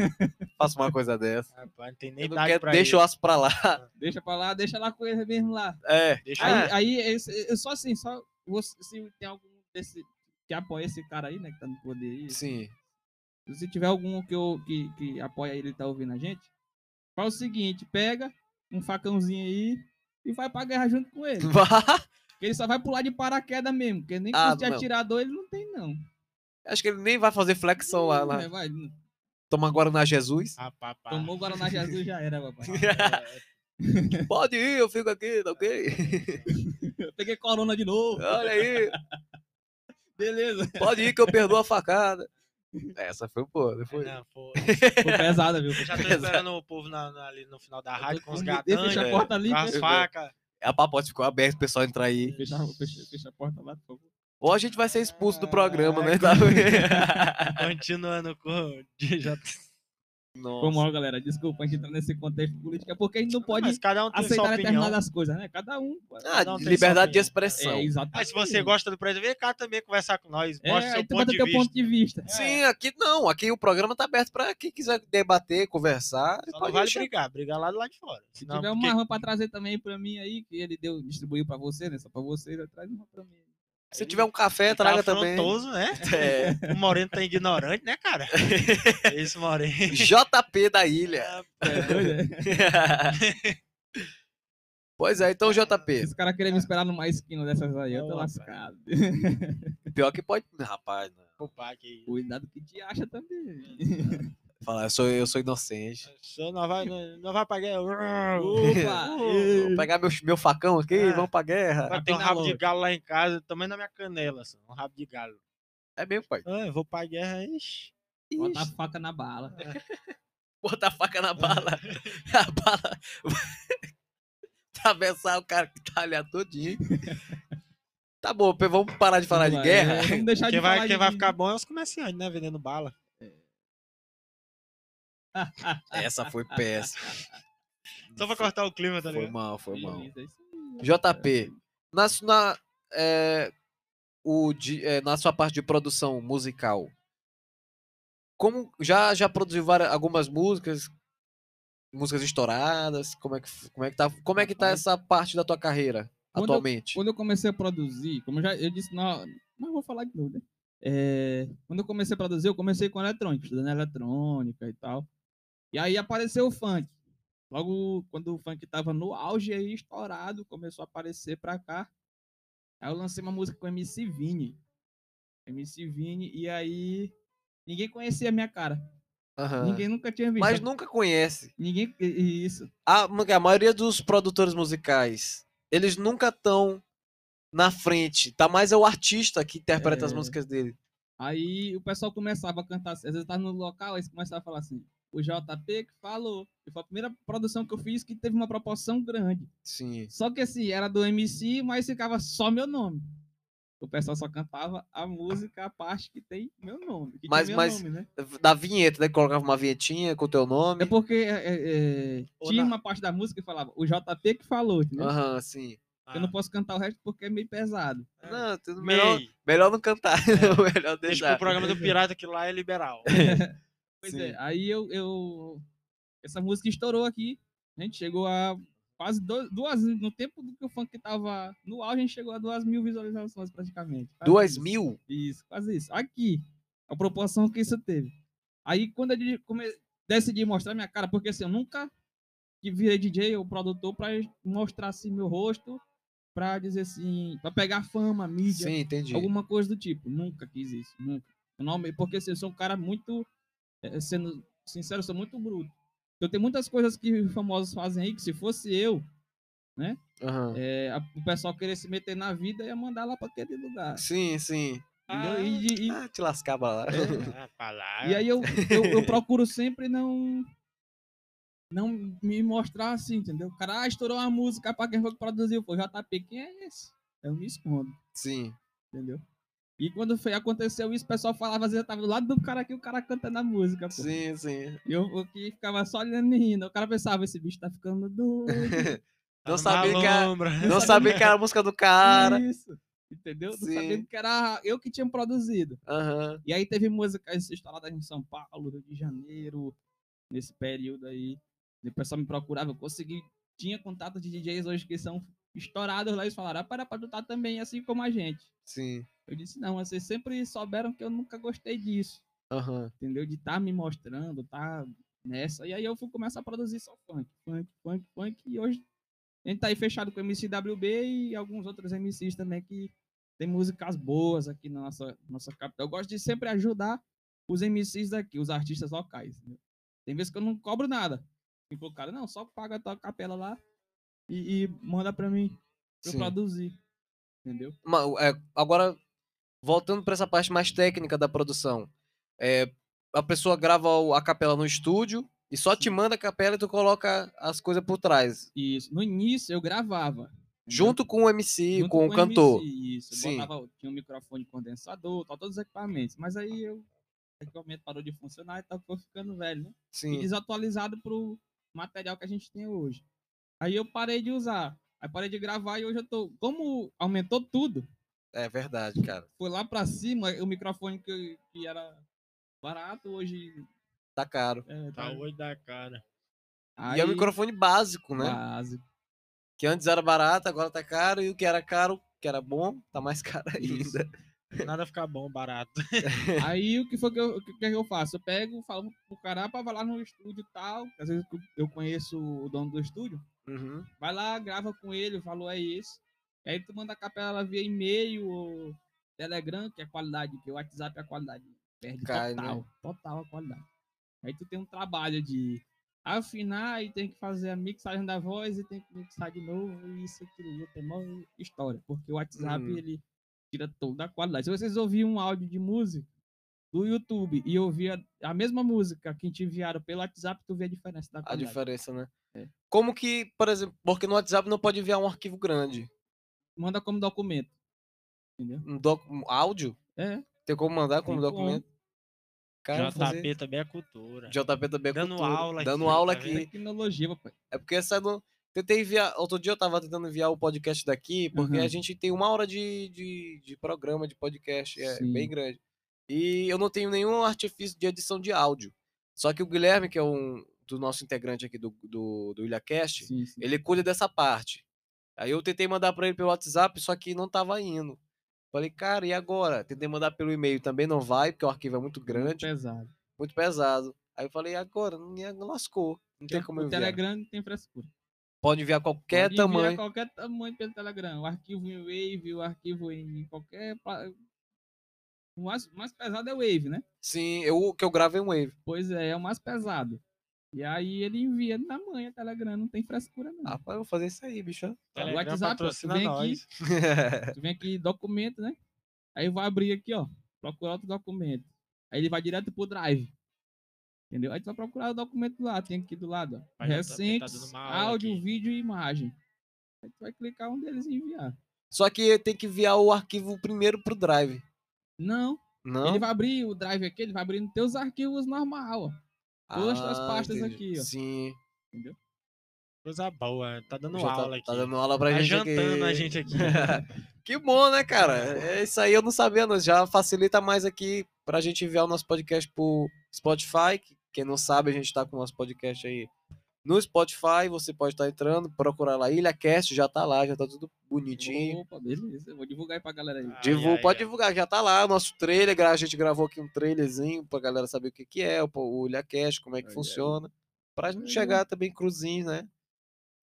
Faço uma coisa dessa. Rapaz, não tem nem Eu não idade quero, pra deixa o isso. aço pra lá. Deixa pra lá, deixa lá com ele mesmo lá. É. Deixa Ah, eu- Aí, aí esse- eu só assim, só você, se tem algum desse que apoia esse cara aí, né, que tá no poder aí. Sim. Se tiver algum que, eu, que, que apoia ele e tá ouvindo a gente, faz o seguinte, pega um facãozinho aí e vai pra guerra junto com ele. Porque ele só vai pular de paraquedas mesmo, porque nem Ah, curso de não. atirador ele não tem, não. É, Acho que ele nem Então vai fazer flexão lá. lá. Vai, vai, Toma Guaraná Jesus. Ah, pá, pá. É, tomou o Guaraná Jesus já era, papai. Pode ir, eu fico aqui, tá ok? Eu peguei corona de novo. Olha aí, Beleza. pode ir que eu perdoo a facada. Essa foi boa, não foi? Não, pô, Foi pesada, viu? eu já tô esperando o povo na- na- ali no final da rádio Tá com os Deixa- gadanhos, Fecha a é. porta ali, né? com as fecha- facas. A papote ficou aberta, o pessoal entrar aí. fecha, fecha, fecha a porta lá, por favor. Ou a gente vai ser expulso do programa, É. né? Continuando com. Já... tá. Foi Nossa. mal, galera. Desculpa a gente entrar nesse contexto político. É porque a gente não pode Mas cada um tem sua aceitar opinião. determinadas coisas, né? Cada um. Ah, Não, tem liberdade de só opinião. expressão. é, exatamente. Ah, se você gosta do prédio, vem cá também conversar com nós. É, Mostra aí seu tu bota ponto de teu vista. ponto de vista. Sim, aqui não. Aqui o programa tá aberto pra quem quiser debater, conversar. Só não pode vale deixar. brigar, brigar lá do lado de fora. Se Senão, tiver uma porque- arma pra trazer também pra mim aí, que ele deu, distribuiu pra você, né? Só pra você, ele traz uma pra mim. Se tiver um café, tá traga também. afrontoso, né? É, O Moreno tá ignorante, né, cara? Esse Moreno. JP da ilha. É, doido, é. pois é, então JP. Esse cara queria me esperar numa esquina dessas aí, eu tô Ô, rapaz. lascado. Pior que pode. Rapaz, né? não. Opa, que Cuidado que te acha também. Falar, eu sou, eu sou inocente. Só não vai, não, não vai pra guerra. Opa! Vou pegar meu, meu facão aqui, Ah. vamos pra guerra. É. Vai ter um na rabo de loja. galo lá em casa, também na minha canela, só, um rabo de galo. É mesmo, pai. Ah, eu vou pra guerra, ixi. Bota a Ixi, faca na bala. Bota a faca na bala. A bala. Atravessar o cara que tá ali todinho. Tá bom, Pê, vamos parar de falar de Vamos lá, guerra. é, Vamos deixar Quem de falar vai, quem de- vai ficar bom é os comerciantes, né? Vendendo bala. é. Essa Tá foi péssima. Só pra cortar o clima, tá Foi ligado? mal, foi mal. é Isso, isso. JP, na, su- na, é, o, de- é, na sua parte de produção musical, como já, já produziu várias, algumas músicas, músicas estouradas, como é que, f- como é que tá, como é que tá Rapaz. essa parte da tua carreira Quando eu- atualmente? Quando eu comecei a produzir, como eu já eu disse, não, mas eu vou falar de novo, né? É, quando eu comecei a produzir, eu comecei com eletrônica, estudando eletrônica e tal. E aí apareceu o funk. Logo quando o funk tava no auge aí, estourado, começou a aparecer pra cá. Aí eu lancei uma música com o MC Vini. MC Vini, e aí ninguém conhecia a minha cara. Aham. Ninguém nunca tinha visto. Ah. Mas nunca conhece. Ninguém. e- e Isso. A, ma- a maioria dos produtores musicais, eles nunca estão na frente. Tá mais é o artista que interpreta as É. músicas dele. Aí o pessoal começava a cantar, assim, às vezes tava no local, aí começava a falar assim, o JP que falou. E Foi a primeira produção que eu fiz que teve uma proporção grande. Sim. Só que assim, era do MC, mas ficava só meu nome. O pessoal só cantava a música, a parte que tem meu nome. que tinha Mas- meu mas- nome, né? Da vinheta, né? Colocava uma vinhetinha com o teu nome. É porque é, é, é, Ou tinha na- uma parte da música que falava, o JP que falou, entendeu? Aham, sim. Eu Ah. não posso cantar o resto porque é meio pesado. É. Não, tudo melhor, Meio. melhor não cantar. Deixa melhor deixar. pro programa do Pirata que lá é liberal. Pois Sim. é, aí eu, eu- Essa música estourou aqui. A gente chegou a quase do- duas. No tempo do que o funk tava no auge, a gente chegou a duas mil visualizações praticamente. Quase Duas isso. mil? Isso, quase isso. Aqui, a proporção que isso teve. Aí quando eu de- come- decidi mostrar minha cara, porque assim, eu nunca que virei DJ ou produtor pra mostrar assim meu rosto, pra dizer assim, pra pegar fama, mídia, Sim, entendi. alguma coisa do tipo. Nunca quis isso, nunca. Eu não, alme- porque assim, eu sou um cara muito, eh, sendo sincero, eu sou muito bruto. Eu tenho muitas coisas que famosos fazem aí que se fosse eu, Aham. eh, a- o pessoal querer se meter na vida ia mandar lá pra aquele lugar. Sim, sim. Entendeu? E, de- e- Ah, te lascava lá. Ah, falar. E aí eu, eu, eu procuro sempre não não me mostrar assim, entendeu? O cara ah, estourou uma música pra quem foi que produziu, foi JP, quem é esse? Eu me escondo, Sim. entendeu? E quando foi, aconteceu isso, o pessoal falava, às vezes eu tava do lado do cara aqui, o cara cantando a música, pô. Sim, sim. E eu aqui ficava só olhando e rindo. O cara pensava, esse bicho tá ficando doido. Tá não na sabia que a- lombra. Não sabia que era a música do cara. Isso. Entendeu? Não Sim. sabendo que era eu que tinha produzido. Aham. E aí teve músicas estouradas em São Paulo, Rio de Janeiro, nesse período aí. E O pessoal me procurava, eu consegui. Tinha contato de DJs hoje que são estourados lá. Eles falaram, ah, para pra tu tá também, assim como a gente. Sim. Eu disse, não, vocês sempre souberam que eu nunca gostei disso. Aham. Entendeu? De tá me mostrando, tá nessa. E aí eu fui começar a produzir só funk, funk, funk, funk. E hoje a gente tá aí fechado com o MCWB e alguns outros MCs também que tem músicas boas aqui na nossa, nossa capital. Eu gosto de sempre ajudar os MCs daqui, os artistas locais. entendeu? Tem vezes que eu não cobro nada. Tipo, o cara, não, só paga a tua capela lá e, e manda pra mim pra Sim. eu produzir. Entendeu? Ma- é, agora, voltando para essa parte mais técnica da produção. É, a pessoa grava o- a capela no estúdio e só te manda a capela e tu coloca as coisas por trás. Isso. No início eu gravava. entendeu? Junto com o MC, junto com o cantor. MC, isso, eu Sim. botava, tinha um microfone condensador, tal, todos os equipamentos. Mas aí eu, o equipamento parou de funcionar e tal, ficou ficando velho, né? E Sim. desatualizado pro material que a gente tem hoje. Aí eu parei de usar. Aí parei de gravar e hoje eu tô. Como aumentou tudo, É verdade, cara. foi lá pra cima o microfone que, que era barato, hoje. Tá caro. É, Tá o olho da cara. E é aí, o microfone básico, né? Básico. Que antes era barato, agora tá caro. E o que era caro, que era bom, tá mais caro Isso. ainda. Nada fica bom, barato. Aí o que foi que eu, o que, que eu faço? Eu pego, falo pro cara, "Ah, vai lá no estúdio e tal. Às vezes eu- eu conheço o dono do estúdio. Uhum. Vai lá, grava com ele, falou é isso. E aí tu manda a capela via e-mail ou Telegram, que é qualidade, que o WhatsApp é a qualidade. Perde Cai, né? total, total a qualidade. Aí tu tem um trabalho de afinar e tem que fazer a mixagem da voz e tem que mixar de novo, e isso, aquilo, e outro, é mó história. Porque o WhatsApp, Uhum. ele tira toda a qualidade. Se vocês ouviram um áudio de música do YouTube e ouvir a, a mesma música que te enviaram pelo WhatsApp, tu vê a diferença da A qualidade. diferença, né? É. Como que, por exemplo, porque no WhatsApp não pode enviar um arquivo grande. Manda como documento. Um, doc- um áudio? É, Tem como mandar como Tá Tem um documento? Cara, JP fazer- também é cultura. JP também é Dando cultura. aula Dando aqui, aula tá aqui. vendo? Tecnologia, papai. É porque essa não. Tentei enviar. Outro dia eu tava tentando enviar o podcast daqui, porque a Aham. gente tem uma hora de, de, de programa, de podcast. É bem Sim. grande. E eu não tenho nenhum artifício de edição de áudio. Só que o Guilherme, que é um do nosso integrante aqui do, do, do IlhaCast, Sim, sim. ele cuida dessa parte. Aí eu tentei mandar pra ele pelo WhatsApp, só que não tava indo. Falei, cara, e agora? Tentei mandar pelo e-mail, também não vai, porque o arquivo é muito grande, Pesado. muito pesado. Aí eu falei, e agora? Não ia- lascou. Não tem como o enviar. Telegram não tem frescura. Pode enviar qualquer é Pode enviar tamanho. qualquer tamanho pelo Telegram. O arquivo em Wave, o arquivo em qualquer pla- O mais, mais pesado é o Wave, né? Sim, eu, o que eu gravo é um Wave. Pois é, é o mais pesado. E aí ele envia na manhã, Telegram, não tem frescura não. Ah, pá, eu vou fazer isso aí, bicho. o Telegram WhatsApp, ó, tu é patrocina vem aqui, nós. tu vem aqui, documento, né? Aí vai abrir aqui, ó, procurar outro documento. Aí ele vai direto pro Drive. Entendeu? Aí tu vai procurar o documento lá, tem aqui do lado, ó. Vai, já tá- tá dando Recentes, uma aula áudio, aqui. vídeo e imagem. Aí tu vai clicar um deles e enviar. Só que tem que enviar o arquivo primeiro pro Drive. Não, Não? ele vai abrir o Drive aqui, ele vai abrir nos teus arquivos normal, ó. duas das pastas aqui, ó. Ah, Sim. Coisa boa, tá dando Já tá- aula tá, aqui. dando aula pra Tá gente jantando né, aqui. a gente aqui. que bom, né, cara? É isso aí, eu não sabia, não. Já facilita mais aqui pra gente enviar o nosso podcast pro Spotify. que- Quem não sabe, a gente tá com o nosso podcast aí no Spotify. Você pode estar entrando, procurar lá. IlhaCast já tá lá, já tá tudo bonitinho. Opa, beleza. Eu vou divulgar aí pra galera aí. Ai, Divul- ai, pode ai. divulgar, já tá lá o nosso trailer. gra- A gente gravou aqui um trailerzinho pra galera saber o que, que é, o, o IlhaCast, como é que Ai, ai. funciona. Pra não Ai, chegar também cruzinho, né?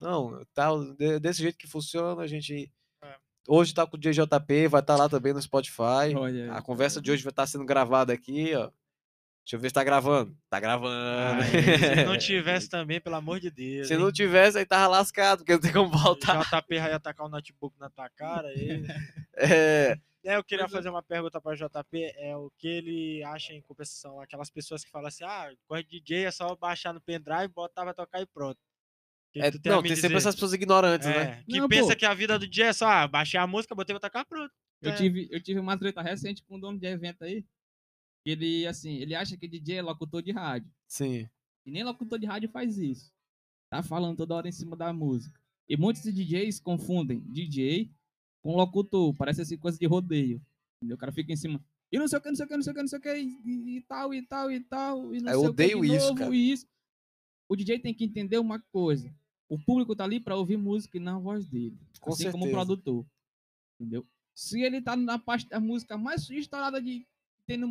Não, tá, de- desse jeito que funciona, a gente. É. Hoje tá com o DJP, vai estar lá também no Spotify. Olha tá aí. A conversa de hoje vai estar sendo gravada aqui, ó. Deixa eu ver se tá gravando. Tá gravando. Ai, se não tivesse também, pelo amor de Deus. se hein? não tivesse, aí tava lascado, porque não tem como voltar. JP vai atacar o notebook na tua cara. E... É, É, eu queria Pois é. fazer uma pergunta pra JP. É o que ele acha em compensação? Aquelas pessoas que falam assim: ah, corre DJ é só baixar no pendrive, botar pra tocar e pronto. O que que é, tu a não, me tem sempre dizer? essas pessoas ignorantes, né? É, que Não, pensa pô. que a vida do DJ é só, ah, baixei a música, botei pra tocar, pronto. Eu É. tive, eu tive uma treta recente com um dono de evento aí. que Ele, assim, ele acha que DJ é locutor de rádio. Sim. E nem locutor de rádio faz isso. Tá falando toda hora em cima da música. E muitos DJs confundem DJ com locutor. Parece assim, coisa de rodeio. Entendeu? O cara fica em cima. E não sei o que, não sei o que, não sei o que, não sei o que, e, e tal, e tal, e tal. E não Eu sei o odeio que, de isso, novo, cara. E isso. O DJ tem que entender uma coisa. O público tá ali pra ouvir música e não a voz dele. Com assim como o certeza. produtor. Entendeu? Se ele tá na parte da música mais estourada de